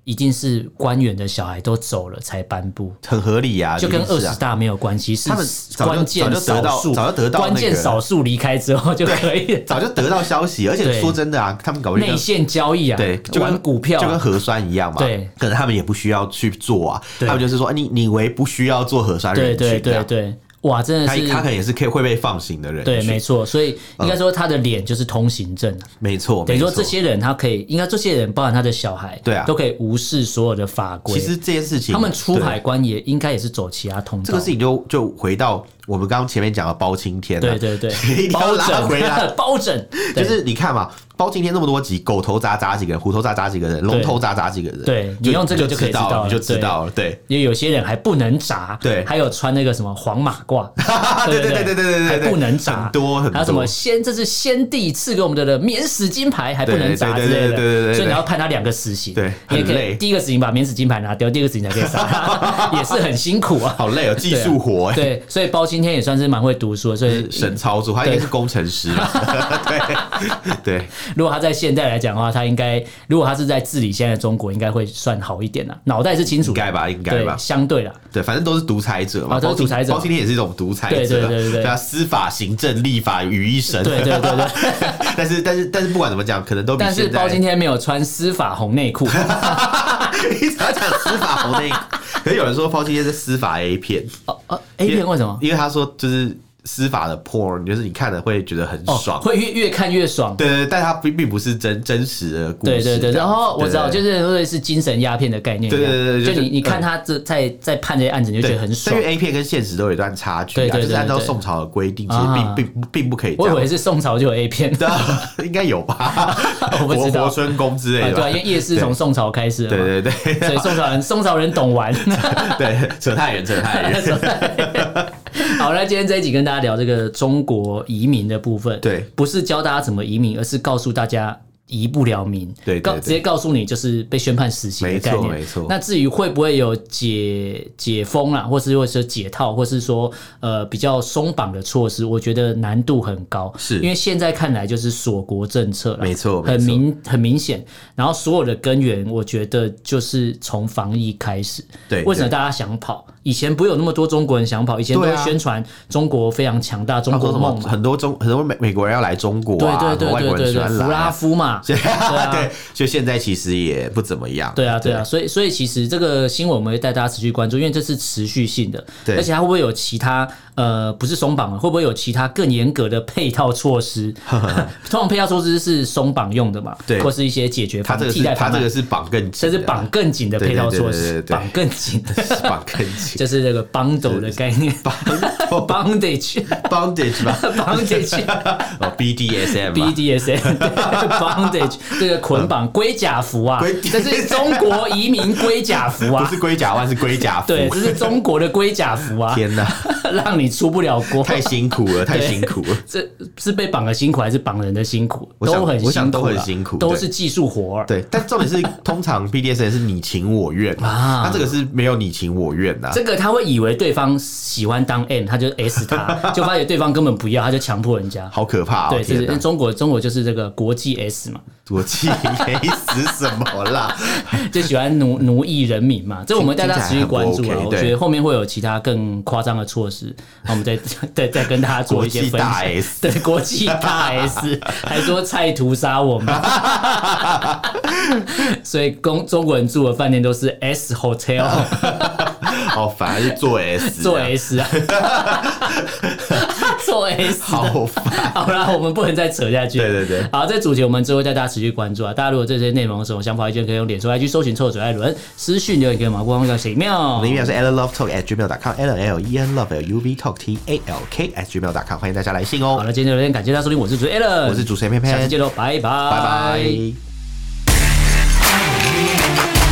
A: 一定是官员的小孩都走了才颁布。
B: 很合理啊，
A: 就跟
B: 一定
A: 二
B: 是
A: 十
B: 啊
A: 大没有关系，是
B: 他们早就
A: 关键
B: 早就得
A: 少
B: 到
A: 数，
B: 早就得到那个
A: 关键少数离开之后就可以了
B: 早就得到消息，而且
A: 对
B: 说真的啊，他们搞不定
A: 内线交易啊，
B: 对，就
A: 玩
B: 跟
A: 股票
B: 就
A: 啊、
B: 跟核酸一样嘛，
A: 对，
B: 可能他们也不需要去做啊，
A: 对
B: 他们就是说，哎你你为不需要做核酸
A: 对
B: 人
A: 对
B: 群这
A: 对
B: 样，
A: 对，哇，真的
B: 他
A: 是
B: 他可能也是可以会被放行的人群，
A: 对，没错，所以应该说他的脸就是通行证啊，
B: 没错，
A: 等于说
B: 没错
A: 这些人他可以，应该这些人包含他的小孩，
B: 对啊
A: 都可以无视所有的法规。
B: 其实这件事情
A: 他们出
B: 对
A: 海关也应该也是走其他通道，
B: 这个事情就就回到我们刚刚前面讲的包青天、啊，
A: 对对
B: 一
A: 对，
B: 定要
A: 包
B: 拉回来，
A: 拯 包拯
B: 就
A: 对
B: 是你看嘛，包青天那么多集，狗头铡铡几个人，虎头铡铡几个人，龙头铡铡几个人，
A: 对
B: 就
A: 你用这个
B: 就
A: 就可以
B: 知道
A: 知道
B: 你就
A: 了
B: 知
A: 对
B: 道了，对。
A: 因为有些人还不能砸，
B: 对
A: 还有穿那个什么黄马褂，
B: 对 对对对对对对
A: 还
B: 对
A: 不能砸，
B: 很多很多
A: 还有什么先这是先帝赐给我们的的免死金牌还不能砸
B: 对
A: 之
B: 对
A: 类
B: 对对对对对对
A: 的，所以你要判他两个死刑，
B: 对
A: 你也可
B: 很
A: 以
B: 累
A: 第一个死刑把免死金牌拿掉，第二个死刑才可以杀他，也是很辛苦啊，
B: 好累哦，技术活哎、
A: 对，所以包青天也算是蛮会读书的，所以
B: 是神操作，他应该是工程师 啊，对对，
A: 如果他在现代来讲的话，他应该如果他是在治理现在的中国，应该会算好一点啦，脑袋是清楚
B: 应
A: 的，
B: 该吧，应该
A: 对，
B: 吧，
A: 相对啦，
B: 对，反正都是独裁者嘛，
A: 啊都是
B: 包青
A: 独裁者
B: 包青天也是一种独裁者，
A: 对对对对对
B: 啊，司法、行政、立法于一身，
A: 对对对对。
B: 但是但是但是不管怎么讲，可能都比
A: 但是
B: 现在
A: 包 青天没有穿司法红内裤，
B: 一直在讲司法红内裤，可是有人说包青天是司法 A 片
A: 哦哦，A 片为什么？
B: 因为他说就是司法的 porn，就是你看了会觉得很
A: 哦，
B: 爽。
A: 会越越看越爽。
B: 对对对，但他并并不是真真实的故事
A: 对
B: 这
A: 对
B: 样子。
A: 对，然后我知道，
B: 对对对
A: 就是类似精神鸦片的概念一样。
B: 对对对对
A: 就
B: 就是嗯
A: 你你看他这在在判这些案子，你就觉
B: 对，
A: 得很爽
B: 但因。为 A 片跟现实都有一段差距
A: 对
B: 啊，
A: 对对
B: 就是按照
A: 对对
B: 宋朝的规定，其实
A: 啊
B: 并并并不可以这
A: 我以
B: 样。
A: 为是宋朝就有 A 片，啊
B: 对啊， 应该有吧？
A: 我不知道
B: 活活春宫之类
A: 对
B: 的吧
A: 啊，因。为啊夜市从宋朝开始的嘛，
B: 对对对
A: 所以宋朝人 宋朝人懂 玩。
B: 对，扯太远，扯太 远。
A: 好，那今天这一集跟大家聊这个中国移民的部分，
B: 对
A: 不是教大家怎么移民，而是告诉大家。移不了民，
B: 对对
A: 告
B: 对
A: 直接告诉你就是被宣判死刑的
B: 没错
A: 概念，
B: 没错
A: 那至于会不会有解解封啦，啊或是或者是解套，或是说呃比较松绑的措施，我觉得难度很高，
B: 是
A: 因为现在看来就是锁国政策了，
B: 没错没
A: 很
B: 错
A: 明很明显。然后所有的根源，我觉得就是从防疫开始，
B: 对
A: 为什么
B: 对
A: 大家想跑？以前不会有那么多中国人想跑，以前都
B: 对
A: 会
B: 啊
A: 宣传中国非常强大，中
B: 他
A: 国
B: 说什么
A: 梦？嘛，
B: 很多中很多美美国人要来中国
A: 对
B: 啊，
A: 对
B: 很多外
A: 对
B: 国
A: 对
B: 人
A: 对
B: 喜
A: 对，
B: 欢
A: 弗
B: 来
A: 拉
B: 啊。
A: 夫嘛，
B: 对
A: 啊
B: 对，就现在其实也不怎么样。
A: 对啊，对啊，所以所以其实这个新闻我们会带大家持续关注，因为这是持续性的，
B: 对
A: 而且它会不会有其他呃不是松绑了，会不会有其他更严格的配套措 施？通常配套措施是松绑用的嘛，
B: 对
A: 或是一些解决
B: 他
A: 方
B: 这个
A: 替
B: 是
A: 代
B: 他
A: 方
B: 这
A: 案
B: 个，是绑更紧
A: 这
B: 的，
A: 是绑更紧的
B: 对
A: 配
B: 对
A: 套
B: 对
A: 措
B: 对
A: 施
B: 对，对
A: 绑更紧的，
B: 是绑更紧， 哦
A: 就是这个 bundle 的概念，bondage。
B: bondage 吧
A: bondage
B: 哦，BDSM 吧
A: BDSM 对 bondage 这个捆绑龟甲服啊
B: 嗯龟，
A: 这是中国移民龟甲服
B: 不
A: 啊
B: 是，龟甲腕，是龟甲服。
A: 对，这是中国的龟甲服啊，
B: 天哪，
A: 让你出不了国。
B: 太辛苦了，太辛苦了。
A: 这是被绑的辛苦还是绑人的辛苦？
B: 我想
A: 都很
B: 我
A: 辛
B: 想
A: 苦啊，
B: 都很辛苦
A: 都
B: 对
A: 是技术活儿。
B: 对，但重点是，通常 BDSM 是你情我愿
A: 啊
B: 嘛，他这个是没有你情我愿啊呐。
A: 这个他会以为对方喜欢当 M，他就 S 他，就发觉对方根本不要，他就强迫人家。
B: 好可怕哦！
A: 对，这
B: 天
A: 是
B: 哪
A: 那，中国中国就是这个国际 S 嘛，
B: 我气没死什么啦。
A: 就喜欢 奴奴役人民嘛，这我们大家持续关注
B: 听起来
A: 啊。
B: 很不
A: 我
B: OK，
A: 觉得后面会有其他更夸张的措施， 那我们再再再跟大家 做一些分
B: 国际大
A: 享
B: S。
A: 对，国际大 S 还说菜屠杀我们， 所以中中国人住的饭店都是 S Hotel
B: 好烦，就做 S，
A: 做 S 啊， 做 S 啊
B: 好烦。
A: 好啦，我们不能再扯下去。
B: 对对对
A: 好，这主题我们之后带大家持续关注啊。大家如果对这些内容有什么想法、意见，可以用脸书 IG 搜寻“臭嘴艾伦”，私讯留言给我们，官方叫谁妙
B: 我。的 email 是 allenlovetalk@gmail.com，l l e n love l u v talk t a l k at gmail.com，欢迎大家来信
A: 好
B: 哦。
A: 了，今天就到这边，感谢大家收听，我是主持人 Allen，
B: 我是主持人偏
A: 下次
B: 偏，
A: 见喽，拜拜，
B: 拜拜。